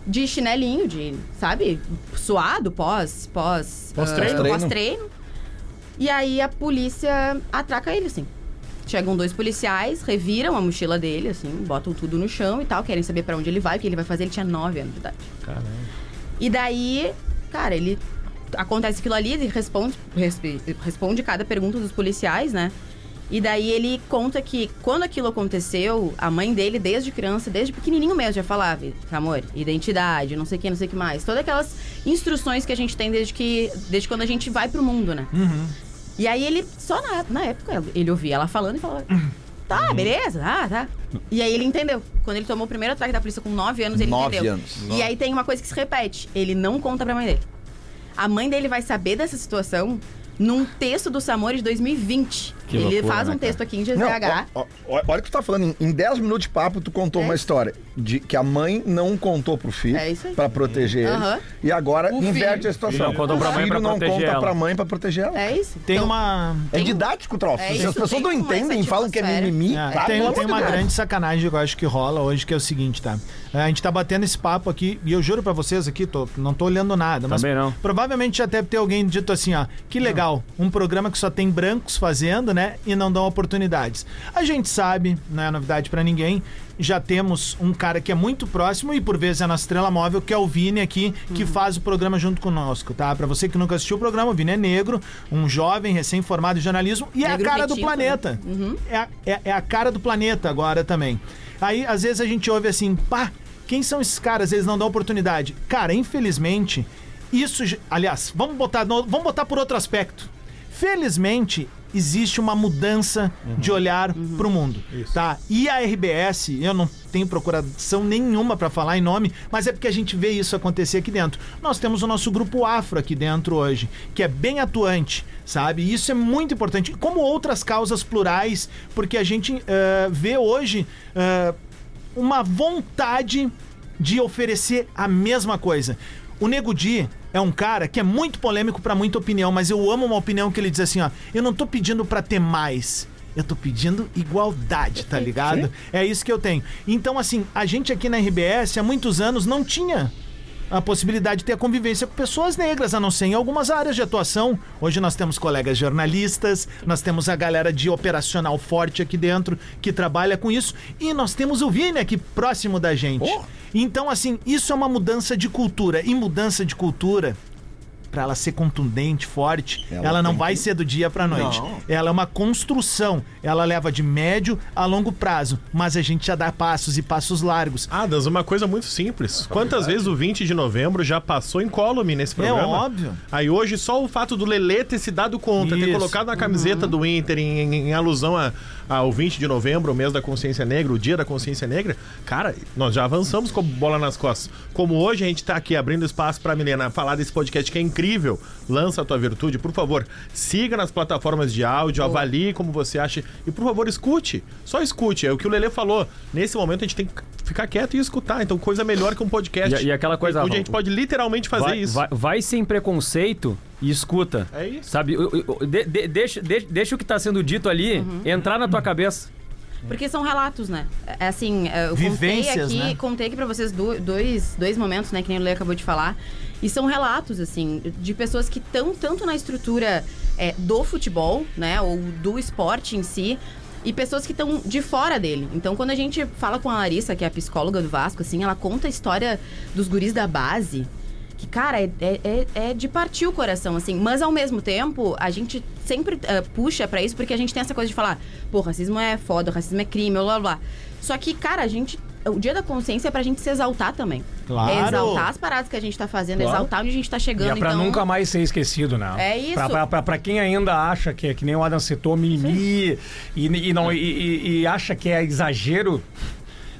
Speaker 16: de chinelinho, de, sabe? Suado, pós, pós...
Speaker 18: Pós-treino.
Speaker 16: ah, Pós-treino. E aí a polícia atraca ele, assim. Chegam dois policiais, reviram a mochila dele, assim, botam tudo no chão e tal, querem saber pra onde ele vai, o que ele vai fazer. Ele tinha nove anos de idade. E daí, cara, ele acontece aquilo ali, ele responde, resp- responde cada pergunta dos policiais, né? E daí ele conta que quando aquilo aconteceu, a mãe dele, desde criança, desde pequenininho mesmo, já falava, amor, identidade, não sei o que, não sei o que mais. Todas aquelas instruções que a gente tem desde que desde quando a gente vai pro mundo, né? E aí ele, só na, na época, ele ouvia ela falando e falava, tá,
Speaker 17: Uhum.
Speaker 16: beleza, tá, tá. E aí ele entendeu. Quando ele tomou o primeiro ataque da polícia com 9 anos, ele
Speaker 19: Nove
Speaker 16: entendeu.
Speaker 19: anos.
Speaker 16: E aí tem uma coisa que se repete, ele não conta pra mãe dele. A mãe dele vai saber dessa situação num texto do Samori de 2020.
Speaker 17: Que
Speaker 16: ele
Speaker 17: loucura,
Speaker 16: faz
Speaker 17: né,
Speaker 16: um
Speaker 17: cara?
Speaker 16: texto aqui em GZH.
Speaker 17: Não, ó- ó- ó- olha o que tu tá falando. Em em 10 minutos de papo, tu contou uma história de que a mãe não contou pro filho
Speaker 16: É isso aí.
Speaker 17: pra proteger
Speaker 16: Aham.
Speaker 17: ele. E agora
Speaker 16: O
Speaker 17: inverte
Speaker 16: filho.
Speaker 17: a situação.
Speaker 4: Não, contou
Speaker 17: o
Speaker 4: pra mãe
Speaker 17: filho
Speaker 4: pra
Speaker 17: não
Speaker 4: proteger
Speaker 17: conta
Speaker 4: ela.
Speaker 17: pra mãe pra proteger ela.
Speaker 16: É isso.
Speaker 5: Tem uma.
Speaker 17: É didático o troço.
Speaker 16: É
Speaker 17: Se
Speaker 16: isso,
Speaker 17: as pessoas
Speaker 16: tem
Speaker 17: não
Speaker 16: uma-
Speaker 17: entendem,
Speaker 16: essa
Speaker 17: falam que é mimimi.
Speaker 5: É,
Speaker 17: tá? Pelo
Speaker 5: tem,
Speaker 17: amor
Speaker 5: tem
Speaker 17: de
Speaker 5: uma
Speaker 17: Deus.
Speaker 5: grande sacanagem que eu acho que rola hoje, que é o seguinte, tá? A gente tá batendo esse papo aqui, e eu juro pra vocês aqui, tô, não tô olhando nada, mas
Speaker 4: Também não.
Speaker 5: provavelmente já deve ter alguém dito assim, ó, que legal, um programa que só tem brancos fazendo, né, e não dão oportunidades. A gente sabe, não é novidade pra ninguém, já temos um cara que é muito próximo e por vezes é a nossa estrela móvel, que é o Vini aqui, que faz o programa junto conosco, tá? Pra você que nunca assistiu o programa, o Vini é negro, um jovem recém-formado em jornalismo e é a
Speaker 12: Negro
Speaker 5: cara
Speaker 12: metido,
Speaker 5: do
Speaker 12: né?
Speaker 5: planeta planeta. É, a, é- é a cara do planeta agora também. Aí, às vezes, a gente ouve assim, pá, quem são esses caras? Eles não dão oportunidade. Cara, infelizmente, isso. j- Aliás, vamos botar, no- vamos botar por outro aspecto. Felizmente, existe uma mudança de olhar pro mundo. Tá? E a RBS, eu não tenho procuração nenhuma pra falar em nome, mas é porque a gente vê isso acontecer aqui dentro. Nós temos o nosso grupo afro aqui dentro hoje, que é bem atuante, sabe? E isso é muito importante, como outras causas plurais, porque a gente eh, vê hoje eh, uma vontade de oferecer a mesma coisa. O Nego Di é um cara que é muito polêmico pra muita opinião, mas eu amo uma opinião que ele diz assim, ó, eu não tô pedindo pra ter mais, eu tô pedindo igualdade, tá ligado? É isso que eu tenho. Então, assim, a gente aqui na RBS há muitos anos não tinha a possibilidade de ter a convivência com pessoas negras, a não ser em algumas áreas de atuação. Hoje nós temos colegas jornalistas, nós temos a galera de operacional forte aqui dentro que trabalha com isso e nós temos o Vini aqui próximo
Speaker 18: Oh.
Speaker 5: da gente. Então, assim, isso é uma mudança de cultura. E mudança de cultura Pra ela ser contundente, forte, ela,
Speaker 18: Ela
Speaker 5: não
Speaker 18: tem
Speaker 5: vai
Speaker 18: que-
Speaker 5: ser do dia pra noite.
Speaker 18: Não.
Speaker 5: Ela é uma construção. Ela leva de médio a longo prazo. Mas a gente já dá passos e passos largos.
Speaker 3: Ah, Adams, uma coisa muito simples. Quantas vezes o 20 de novembro já passou em column nesse programa?
Speaker 5: óbvio.
Speaker 3: Aí hoje só o fato do Lelê ter se dado conta, ter
Speaker 5: Isso.
Speaker 3: colocado
Speaker 4: Uhum.
Speaker 3: na camiseta do Inter em, em- em alusão a- ao 20 de novembro, o mês da consciência negra, o dia da consciência negra, cara, nós já avançamos com bola nas costas. Como hoje a gente tá aqui abrindo espaço pra Milena falar desse podcast que é incrível, lança a tua virtude, por favor, siga nas plataformas de áudio, avalie como você acha e por favor escute, só escute, é o que o Lelê falou, nesse momento a gente tem que ficar quieto e escutar, então coisa melhor que um podcast.
Speaker 4: E- e aquela coisa-
Speaker 3: Onde a gente pode literalmente fazer
Speaker 4: vai,
Speaker 3: é isso.
Speaker 4: Vai, vai sem preconceito e escuta.
Speaker 3: É isso.
Speaker 4: Sabe? eu- eu- eu- de- de- deixa, de- deixa o que está sendo dito ali
Speaker 3: Uhum.
Speaker 4: entrar na tua cabeça.
Speaker 16: Porque são relatos, né? É assim, é, eu contei
Speaker 4: Vivências,
Speaker 16: aqui,
Speaker 4: né?
Speaker 16: contei aqui pra vocês do- dois, dois momentos, né, que nem o Lê acabou de falar. E são relatos, assim, de pessoas que estão tanto na estrutura é, do futebol, né, ou do esporte em si, e pessoas que estão de fora dele. Então, quando a gente fala com a Larissa, que é a psicóloga do Vasco, assim, ela conta a história dos guris da base. Que, cara, é, é- é- é de partir o coração, assim. Mas, ao mesmo tempo, a gente sempre eh, puxa pra isso porque a gente tem essa coisa de falar, pô, racismo é foda, racismo é crime, blá blá blá. Só que, cara, a gente. O dia da consciência é pra gente se exaltar também.
Speaker 8: Claro.
Speaker 16: É exaltar as paradas que a gente tá fazendo,
Speaker 8: Claro.
Speaker 16: exaltar onde a gente tá
Speaker 8: E
Speaker 16: chegando.
Speaker 8: é pra
Speaker 16: então...
Speaker 8: nunca mais ser esquecido, né?
Speaker 16: É isso.
Speaker 8: Pra, pra, pra- pra quem ainda acha que, é que nem o Adam citou, mimimi e, e não, e, e- e acha que é exagero.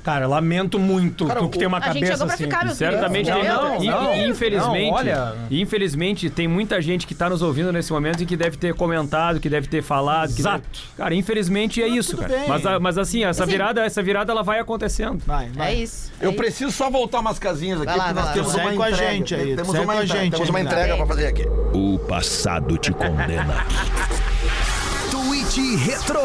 Speaker 8: Cara, lamento muito. tu que tem uma
Speaker 4: A
Speaker 8: cabeça
Speaker 4: gente chegou pra
Speaker 8: assim.
Speaker 4: ficar, meu filho. Certamente, não, não, não, infelizmente,
Speaker 8: não, olha,
Speaker 4: infelizmente tem muita gente que tá nos ouvindo nesse momento e que deve ter comentado, que deve ter falado, que deve- Cara, infelizmente é isso, cara.
Speaker 2: bem.
Speaker 4: Mas, a- mas assim, essa
Speaker 2: Assim-
Speaker 4: virada, essa virada ela vai acontecendo.
Speaker 2: vai.
Speaker 16: É isso.
Speaker 2: Eu preciso só voltar umas casinhas aqui,
Speaker 16: Vai lá,
Speaker 2: porque nós
Speaker 16: vai lá.
Speaker 2: temos
Speaker 16: Segue
Speaker 2: uma
Speaker 16: com a
Speaker 2: entrega.
Speaker 16: gente aí,
Speaker 2: Temos
Speaker 16: segue
Speaker 2: uma
Speaker 16: com a
Speaker 2: entrega,
Speaker 16: gente
Speaker 2: temos uma
Speaker 16: ainda.
Speaker 2: entrega pra fazer aqui.
Speaker 1: O passado te condena.
Speaker 2: Tweet Retro.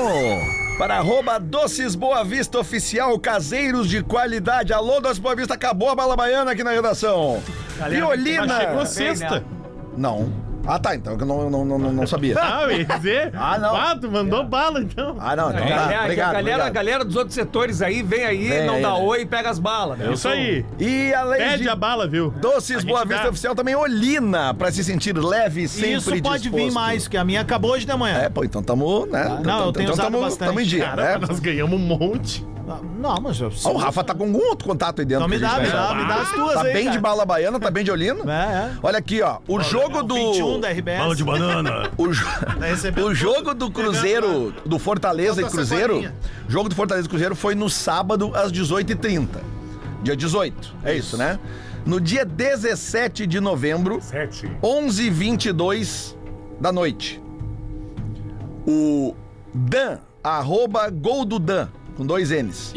Speaker 2: Para arroba Doces Boa Vista Oficial, caseiros de qualidade. Alô, Doces Boa Vista, acabou a bala baiana aqui na redação.
Speaker 3: Galera,
Speaker 2: Violina.
Speaker 3: mas chegou sexta.
Speaker 2: Não. Ah, tá, então, que eu não, não, não, não- não sabia.
Speaker 3: Ah, eu ia dizer.
Speaker 2: Ah, não.
Speaker 3: Ah, tu mandou bala, então.
Speaker 2: Ah, não, então
Speaker 8: a
Speaker 2: tá.
Speaker 8: galera,
Speaker 2: Obrigado,
Speaker 8: a galera,
Speaker 2: obrigado.
Speaker 8: a galera dos outros setores aí vem aí,
Speaker 2: Vem
Speaker 8: não
Speaker 2: aí,
Speaker 8: dá
Speaker 2: né?
Speaker 8: oi e pega as balas, né?
Speaker 2: Eu sou-
Speaker 3: um
Speaker 2: E além
Speaker 8: Pede
Speaker 2: de...
Speaker 8: a
Speaker 3: bala, viu?
Speaker 2: Doces Boa Vista Oficial também Olina, pra se sentir leve e sempre
Speaker 5: Isso pode
Speaker 2: disposto.
Speaker 5: vir mais, que a minha acabou hoje da manhã.
Speaker 2: É, pô, então tamo, né? então,
Speaker 5: não, eu tenho
Speaker 2: então
Speaker 5: usado
Speaker 2: tamo,
Speaker 5: bastante.
Speaker 2: tamo em dia,
Speaker 5: Cara,
Speaker 2: né?
Speaker 3: Nós ganhamos um monte.
Speaker 5: Ah, Não, mas eu
Speaker 2: Ó, o Rafa tá com algum outro contato aí dentro.
Speaker 5: Então me
Speaker 2: que a
Speaker 5: dá,
Speaker 2: gente
Speaker 5: me
Speaker 2: vai
Speaker 5: dá,
Speaker 2: falar.
Speaker 5: me dá as tuas
Speaker 2: Tá
Speaker 5: aí,
Speaker 2: bem
Speaker 5: cara.
Speaker 2: de bala baiana, tá bem de olina.
Speaker 5: É,
Speaker 2: Olha aqui, ó. O jogo do...
Speaker 5: 21 da RBS. Bala de banana.
Speaker 2: O, jo- o jogo do Cruzeiro, do Fortaleza
Speaker 5: Falta
Speaker 2: e
Speaker 5: essa
Speaker 2: Cruzeiro...
Speaker 5: bolinha.
Speaker 2: jogo do Fortaleza e Cruzeiro foi no sábado às 18h30. Dia 18, é isso, né? No dia 17 de novembro, 11h22 da noite. O Dan, arroba Gol do Dan, com dois N's.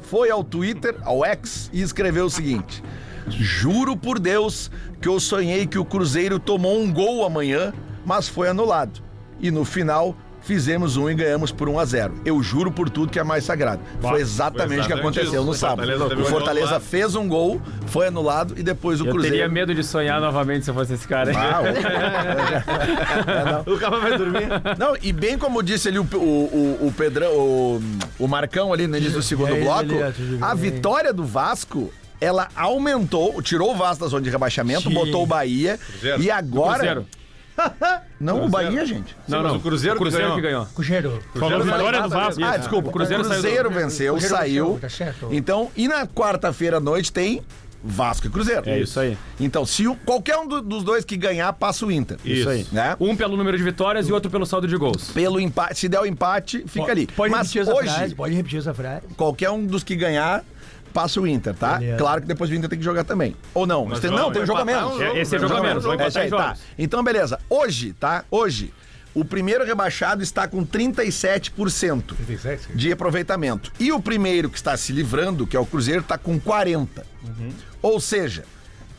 Speaker 2: Foi ao Twitter, ao X, e escreveu o seguinte: Juro por Deus que eu sonhei que o Cruzeiro tomou um gol amanhã, mas foi anulado. E no final. Fizemos um e ganhamos por 1 a 0 Eu juro por tudo que é mais sagrado. foi exatamente o que
Speaker 6: exatamente
Speaker 2: aconteceu
Speaker 6: isso.
Speaker 2: no
Speaker 6: O
Speaker 2: sábado.
Speaker 6: Fortaleza teve
Speaker 2: o
Speaker 6: um gol
Speaker 2: Fortaleza
Speaker 6: anulado.
Speaker 2: fez um gol, foi anulado e depois o
Speaker 4: Eu
Speaker 2: Cruzeiro.
Speaker 4: teria medo de sonhar novamente se eu fosse esse cara.
Speaker 2: Ah, O cara vai dormir. Não, e bem como disse ali o, o, o, o Pedrão, o, o Marcão ali no início do segundo
Speaker 14: É ele
Speaker 2: bloco,
Speaker 14: ali, ó, tudo
Speaker 2: a
Speaker 14: bem.
Speaker 2: vitória do Vasco. Ela aumentou, tirou o Vasco da zona de rebaixamento,
Speaker 6: Sim.
Speaker 2: botou o Bahia.
Speaker 6: Cruzeiro.
Speaker 2: E agora.
Speaker 6: Cruzeiro.
Speaker 2: Não, o Bahia, gente.
Speaker 6: Não, não. Mas o Cruzeiro, que ganhou.
Speaker 14: Cruzeiro.
Speaker 2: Cruzeiro
Speaker 6: Falou
Speaker 4: é
Speaker 6: vitória
Speaker 2: saiu
Speaker 6: do
Speaker 2: da
Speaker 6: Vasco.
Speaker 2: zona. Ah, desculpa. O
Speaker 14: O
Speaker 2: Cruzeiro,
Speaker 14: Cruzeiro saiu da-
Speaker 2: venceu,
Speaker 14: O Cruzeiro
Speaker 2: saiu.
Speaker 14: venceu, tá certo.
Speaker 2: Então, e na quarta-feira à noite tem Vasco e Cruzeiro.
Speaker 4: É isso aí.
Speaker 2: Então, se o- qualquer um do- dos dois que ganhar, passa o Inter.
Speaker 4: Isso aí.
Speaker 2: Né?
Speaker 4: Um pelo número de vitórias e outro pelo saldo de gols.
Speaker 2: Pelo empate, se der o empate, fica
Speaker 4: Pode-
Speaker 2: ali.
Speaker 4: pode
Speaker 2: Mas
Speaker 4: repetir essa
Speaker 2: hoje,
Speaker 14: Frase, pode repetir essa frase.
Speaker 2: qualquer um dos que ganhar, passa o Inter, tá?
Speaker 14: Beleza.
Speaker 2: Claro que depois o Inter tem que jogar também. Ou não?
Speaker 14: Nós
Speaker 2: Tem-
Speaker 14: vamos
Speaker 2: não, tem um jogo a
Speaker 14: empatar
Speaker 2: menos.
Speaker 14: um jogo, Esse é
Speaker 2: Tem um
Speaker 14: jogo a menos, vamos
Speaker 2: É isso aí,
Speaker 14: empatar em
Speaker 2: tá. Então, beleza. Hoje, tá? Hoje, o primeiro rebaixado está com 37% de aproveitamento. E o primeiro que está se livrando, que é o Cruzeiro, está com 40%.
Speaker 14: Uhum.
Speaker 2: Ou seja,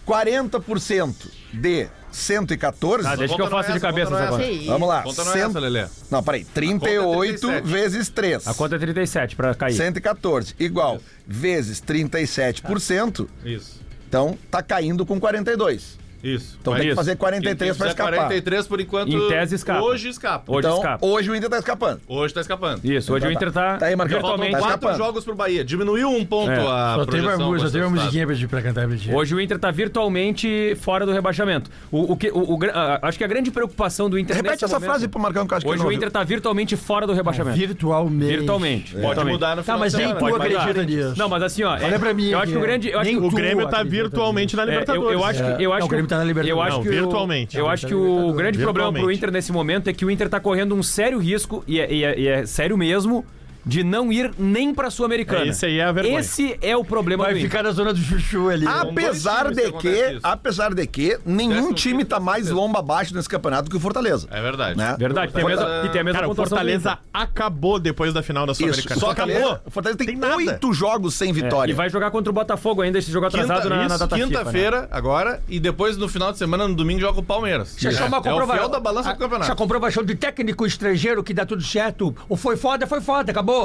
Speaker 2: 40% de 114.
Speaker 14: Ah,
Speaker 4: Tá, deixa que eu faço de cabeça essa conta.
Speaker 2: Vamos lá.
Speaker 4: Conta não é
Speaker 2: cento-
Speaker 4: essa, Lelê.
Speaker 2: Não, peraí. 38 vezes 3.
Speaker 4: A conta é 37 pra cair.
Speaker 2: 114 igual vezes 37%.
Speaker 6: Isso.
Speaker 2: Então tá caindo com 42.
Speaker 6: Isso.
Speaker 20: Então
Speaker 6: Vai
Speaker 20: tem que
Speaker 6: isso.
Speaker 20: fazer 43
Speaker 6: Quem
Speaker 3: é
Speaker 20: pra
Speaker 6: fizer
Speaker 20: escapar.
Speaker 6: 43 por enquanto.
Speaker 20: Em tese escapa.
Speaker 6: Hoje escapa.
Speaker 20: Hoje Então, escapa. hoje o Inter tá escapando.
Speaker 6: Hoje tá escapando.
Speaker 20: Isso, hoje Então o tá. Inter tá Tá aí, Marcão. virtualmente
Speaker 6: Faltam quatro
Speaker 20: escapando.
Speaker 6: jogos pro Bahia. Diminuiu um ponto
Speaker 4: É. Só
Speaker 6: a projeção.
Speaker 4: teve uma- só
Speaker 6: com esse
Speaker 4: teve uma
Speaker 6: resultado.
Speaker 4: musiquinha
Speaker 7: pra, gente- pra cantar pra gente.
Speaker 4: Hoje o Inter tá virtualmente fora do rebaixamento. O, o que, o, o gra- a- acho que a grande preocupação do Inter
Speaker 2: Repete
Speaker 4: nesse
Speaker 2: essa
Speaker 4: momento-
Speaker 2: frase pro Marcão, que eu acho que ele
Speaker 4: Hoje
Speaker 2: não
Speaker 4: o Inter tá virtualmente fora do rebaixamento.
Speaker 7: Virtualmente.
Speaker 4: Virtualmente.
Speaker 7: É.
Speaker 4: virtualmente.
Speaker 7: Tá, mas nem tu
Speaker 4: Então, Pode mudar.
Speaker 7: acredita nisso.
Speaker 4: Não, mas assim, ó. é-
Speaker 7: Olha pra mim
Speaker 4: Eu
Speaker 7: aqui,
Speaker 4: acho que o grande. eu acho
Speaker 7: nem
Speaker 4: que o
Speaker 7: tu
Speaker 4: Grêmio tá
Speaker 7: acredita
Speaker 4: virtualmente
Speaker 7: nisso.
Speaker 4: na Libertadores. É. eu,
Speaker 6: É.
Speaker 4: acho que. Eu acho
Speaker 7: Não, o
Speaker 4: que
Speaker 7: Grêmio tá na Libertadores.
Speaker 4: Eu acho
Speaker 7: Não,
Speaker 4: que o-
Speaker 7: virtualmente.
Speaker 4: Eu
Speaker 7: Tá
Speaker 4: acho
Speaker 7: na
Speaker 4: que o
Speaker 7: Libertadores.
Speaker 4: grande problema pro
Speaker 7: Virtualmente.
Speaker 4: Inter nesse momento é que o Inter tá correndo um sério risco, e é, e é- e é sério mesmo, de não ir nem pra Sul-Americana.
Speaker 3: É, esse aí é a vergonha.
Speaker 4: Esse é o problema
Speaker 7: Vai
Speaker 4: do Inter.
Speaker 7: ficar na zona do chuchu ali.
Speaker 2: Apesar de que, apesar de que, nenhum time tá mais lomba abaixo nesse campeonato que o Fortaleza.
Speaker 6: É verdade.
Speaker 2: Né?
Speaker 3: Verdade, tem a
Speaker 2: Fortaleza-
Speaker 3: mesma, e tem a mesma
Speaker 2: Cara, o
Speaker 3: pontuação
Speaker 2: Fortaleza
Speaker 3: do Inter. acabou depois da final da
Speaker 2: Isso,
Speaker 3: Sul-Americana.
Speaker 2: só acabou. O Fortaleza tem
Speaker 3: nada.
Speaker 2: oito jogos sem vitória.
Speaker 4: É, e vai jogar contra o Botafogo ainda, esse jogo atrasado
Speaker 6: Quinta-
Speaker 4: na, na
Speaker 6: isso,
Speaker 4: data FIFA, né?
Speaker 6: Quinta-feira, agora, e depois no final de semana, no domingo, joga o Palmeiras.
Speaker 7: Já chama a
Speaker 6: é o
Speaker 7: comprova-
Speaker 6: fiel da balança
Speaker 4: Ah,
Speaker 7: a-
Speaker 6: do campeonato.
Speaker 7: Já comprovação de técnico estrangeiro que dá tudo certo. O foi foda, foi foda, acabou.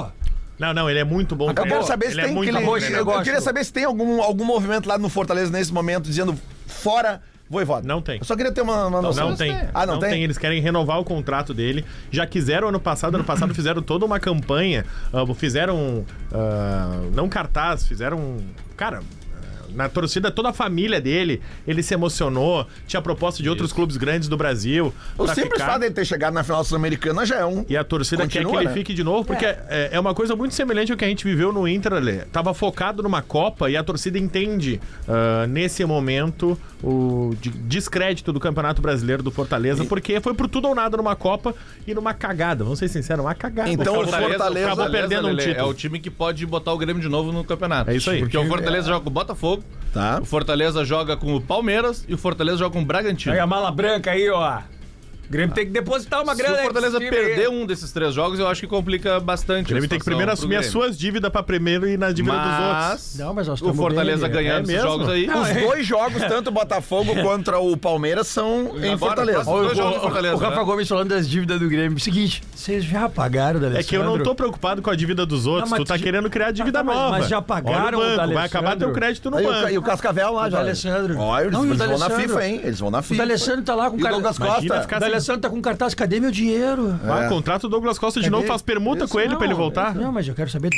Speaker 3: Não, não, ele é muito bom. né?
Speaker 2: Eu quero saber se tem que ele-
Speaker 7: Hoje eu
Speaker 2: eu,
Speaker 7: gosto.
Speaker 2: queria saber se tem algum, algum movimento lá no Fortaleza nesse momento dizendo fora Voivoda. Não
Speaker 3: tem.
Speaker 2: Eu só queria ter uma, uma
Speaker 3: Não,
Speaker 2: noção.
Speaker 3: não tem.
Speaker 2: Ah, não, tem?
Speaker 3: Eles querem renovar o contrato dele. Já quiseram ano passado. Ano passado fizeram toda uma campanha. ah, fizeram. ah, não cartaz, fizeram. Cara. ah, Na torcida, toda a família dele, ele se emocionou. Tinha proposta de outros clubes grandes do Brasil.
Speaker 2: O
Speaker 3: pra
Speaker 2: simples
Speaker 3: ficar.
Speaker 2: fato dele ter chegado na final sul-americana já é um.
Speaker 3: E a torcida quer
Speaker 7: né?
Speaker 3: que ele fique de novo, porque é. é uma coisa muito semelhante ao que a gente viveu no Inter, Lê. Tava focado numa Copa e a torcida entende, ah, nesse momento, o de- descrédito do Campeonato Brasileiro do Fortaleza, porque foi por tudo ou nada numa Copa e numa cagada. Vamos ser sinceros, uma cagada.
Speaker 7: Então,
Speaker 3: acabou perdendo um
Speaker 6: Lele,
Speaker 3: título.
Speaker 6: É o time que pode botar o Grêmio de novo no campeonato.
Speaker 3: É isso aí.
Speaker 6: Porque o Fortaleza joga com o Botafogo,
Speaker 2: tá?
Speaker 6: o Fortaleza joga com o Palmeiras e o Fortaleza joga com o Bragantino.
Speaker 21: Aí a mala branca aí, ó. O
Speaker 5: Ah.
Speaker 21: Grêmio tem que depositar uma grana.
Speaker 6: Se o
Speaker 21: aí
Speaker 6: Fortaleza
Speaker 21: nesse time aí.
Speaker 6: perder um desses três jogos, eu acho que complica bastante.
Speaker 3: O Grêmio tem que primeiro assumir as suas dívidas pra primeiro e nas dívidas dos outros.
Speaker 6: Não, mas nós
Speaker 7: tá
Speaker 6: o Fortaleza
Speaker 7: É
Speaker 6: ganhando esses jogos aí.
Speaker 2: Os
Speaker 3: é.
Speaker 2: dois jogos, tanto o Botafogo contra o Palmeiras, são em
Speaker 6: Agora,
Speaker 2: Fortaleza.
Speaker 6: próximo dois
Speaker 2: O-
Speaker 6: jogos
Speaker 2: o-
Speaker 6: em Fortaleza,
Speaker 7: O Rafa
Speaker 6: né?
Speaker 7: Gomes falando das dívidas do Grêmio. Seguinte, vocês já pagaram da
Speaker 3: É que eu não tô preocupado com a dívida dos outros,
Speaker 7: Não, mas
Speaker 3: tu tá
Speaker 7: já-
Speaker 3: querendo criar dívida
Speaker 7: Tá, mas-
Speaker 3: nova.
Speaker 7: mas já
Speaker 3: Olha o
Speaker 7: pagaram o
Speaker 3: banco,
Speaker 7: da
Speaker 3: Vai acabar teu
Speaker 7: Alessandro?
Speaker 3: crédito no
Speaker 7: Aí o
Speaker 3: banco.
Speaker 7: Ca- e o Cascavel lá, O já. D'Alessandro.
Speaker 2: Ó, é. eles,
Speaker 7: Não, e o
Speaker 2: eles vão na
Speaker 7: D'Alessandro?
Speaker 2: FIFA, hein? Eles vão na
Speaker 7: O
Speaker 2: FIFA.
Speaker 7: D'Alessandro tá lá com
Speaker 2: E o Douglas Costa?
Speaker 7: O D'Alessandro tá com cartaz. Cadê meu dinheiro?
Speaker 3: Vai, Ah, contrata o Douglas Costa de
Speaker 7: Cadê?
Speaker 3: novo, faz permuta
Speaker 7: Isso
Speaker 3: com ele
Speaker 7: não,
Speaker 3: pra ele voltar.
Speaker 7: isso Não, mas eu quero saber do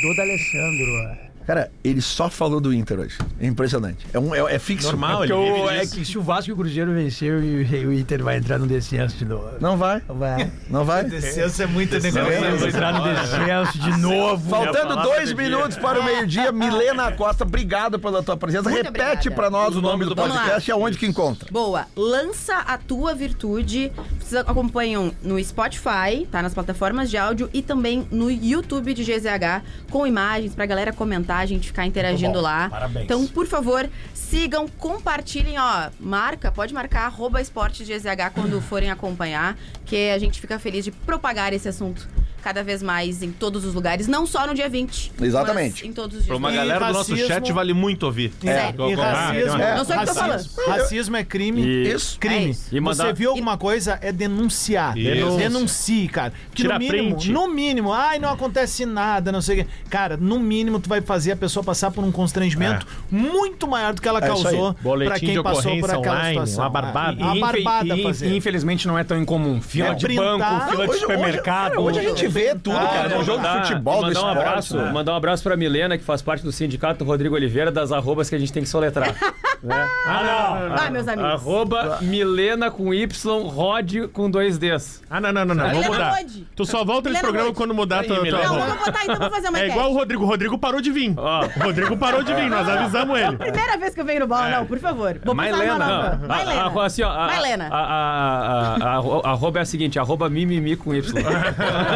Speaker 7: D'Alessandro.
Speaker 2: Cara, ele só falou do Inter hoje. É impressionante. É, um, é, é fixo.
Speaker 7: é porque o- é que se o Vasco e o Cruzeiro venceu e o Inter vai entrar no descenso de novo.
Speaker 2: Não vai.
Speaker 7: Vai.
Speaker 2: Não vai.
Speaker 5: Descenso é muito
Speaker 2: Descenso
Speaker 5: negócio.
Speaker 2: é muito
Speaker 7: Entrar no
Speaker 2: fora.
Speaker 7: descenso de novo.
Speaker 2: Faltando dois minutos para o meio-dia, Milena Costa, obrigado pela tua presença.
Speaker 16: Muito
Speaker 2: Repete
Speaker 16: obrigada.
Speaker 2: para nós o nome do
Speaker 16: Vamos lá.
Speaker 2: podcast e aonde que encontra.
Speaker 16: Boa. Lança a tua virtude. Vocês acompanham no Spotify, tá? Nas plataformas de áudio e também no YouTube de GZH, com imagens pra galera comentar, a gente ficar interagindo
Speaker 22: bom.
Speaker 16: lá.
Speaker 22: Parabéns.
Speaker 16: Então, por favor, sigam, compartilhem, ó. Marca, pode marcar arroba esporte GZH quando forem acompanhar, que a gente fica feliz de propagar esse assunto cada vez mais em todos os lugares, não só no dia 20.
Speaker 2: Exatamente.
Speaker 16: mas em todos os dias.
Speaker 6: Pra uma galera do nosso
Speaker 5: racismo.
Speaker 6: chat vale muito ouvir. Ah,
Speaker 5: É, e
Speaker 6: então
Speaker 5: racismo.
Speaker 6: é.
Speaker 16: Não sei o que eu tô
Speaker 5: então é. racismo-
Speaker 16: falando.
Speaker 5: Racismo é crime.
Speaker 3: E-
Speaker 5: Isso.
Speaker 3: Isso.
Speaker 5: Crime.
Speaker 3: É isso. E mandar-
Speaker 5: Você viu alguma coisa, é denunciar.
Speaker 3: Isso. Denúncia.
Speaker 5: Denuncie, cara. Que
Speaker 3: Tira
Speaker 5: no mínimo,
Speaker 3: print.
Speaker 5: no mínimo, ai, não acontece nada, não sei o quê. Cara, no mínimo, tu vai fazer a pessoa passar por um constrangimento muito maior do que ela
Speaker 3: É isso aí.
Speaker 5: causou pra
Speaker 3: Boletim
Speaker 5: quem
Speaker 3: de
Speaker 5: passou por
Speaker 3: ocorrência
Speaker 5: aquela
Speaker 3: online,
Speaker 5: situação.
Speaker 3: uma barbada.
Speaker 5: É, Uma
Speaker 21: E infe-
Speaker 5: barbada
Speaker 21: e-
Speaker 5: fazer.
Speaker 21: e Infelizmente não é tão incomum. Fila
Speaker 5: É,
Speaker 21: de
Speaker 5: printar.
Speaker 21: banco, fila
Speaker 5: Não,
Speaker 21: de
Speaker 5: hoje- hoje-
Speaker 21: supermercado.
Speaker 5: cara, hoje a gente vê tudo,
Speaker 4: Ah,
Speaker 2: É um
Speaker 5: cara,
Speaker 4: né?
Speaker 5: no jogo de
Speaker 4: Mandar-
Speaker 5: futebol,
Speaker 4: mandar
Speaker 5: do
Speaker 4: um
Speaker 5: esporte,
Speaker 4: abraço,
Speaker 5: né?
Speaker 4: Mandar um abraço pra Milena, que faz parte do sindicato Rodrigo Oliveira, das arrobas que a gente tem que soletrar. né?
Speaker 16: Ah, não. Vai, meus amigos.
Speaker 4: Arroba Milena com Y, Rod com dois Ds.
Speaker 3: Ah, não, não, não, não.
Speaker 16: Milena
Speaker 3: Vou mudar.
Speaker 16: Rod.
Speaker 3: Tu só volta nesse
Speaker 16: Milena
Speaker 3: programa
Speaker 16: Rod.
Speaker 3: quando mudar a
Speaker 16: Aí,
Speaker 3: tua, tua
Speaker 16: Milena. é Não,
Speaker 3: roupa.
Speaker 16: vamos botar então, vamos fazer uma
Speaker 3: É
Speaker 16: enquete.
Speaker 3: igual o Rodrigo. O Rodrigo parou de vir. O Rodrigo parou de vir, nós avisamos ele.
Speaker 16: Primeira vez que eu venho no bolo, não, por favor. Vou
Speaker 4: Vai,
Speaker 16: passar uma nova.
Speaker 4: Não,
Speaker 16: Vai,
Speaker 4: a-
Speaker 16: Lena.
Speaker 4: a- assim, ó, a-
Speaker 16: Vai, Lena.
Speaker 4: A, a- a- a- a- a arroba é a seguinte, arroba mimimi com Y.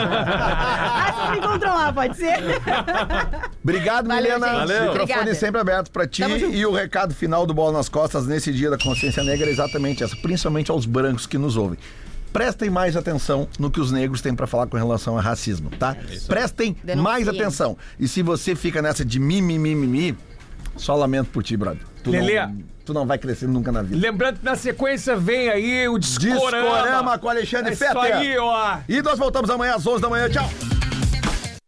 Speaker 16: Ah, vocês me encontram lá, pode ser?
Speaker 2: Obrigado,
Speaker 16: Valeu,
Speaker 2: Milena.
Speaker 16: gente. Valeu.
Speaker 2: Microfone
Speaker 16: Obrigada.
Speaker 2: sempre aberto pra ti. E o recado final do Bola nas Costas nesse dia da consciência negra é exatamente essa, principalmente aos brancos que nos ouvem. Prestem mais atenção no que os negros têm pra falar com relação a racismo, tá?
Speaker 21: É
Speaker 2: Prestem
Speaker 16: Denunciem.
Speaker 2: mais atenção. E se você fica nessa de mimimi, mimimi, só lamento por ti, brother. Tu
Speaker 21: Lelê.
Speaker 2: Não, tu não vai crescer nunca na vida.
Speaker 21: Lembrando que na sequência vem aí o Discorama.
Speaker 2: Discorama com Alexandre
Speaker 21: é
Speaker 2: Fetter.
Speaker 21: Isso aí, ó.
Speaker 2: E nós voltamos amanhã às 11 da manhã. Tchau!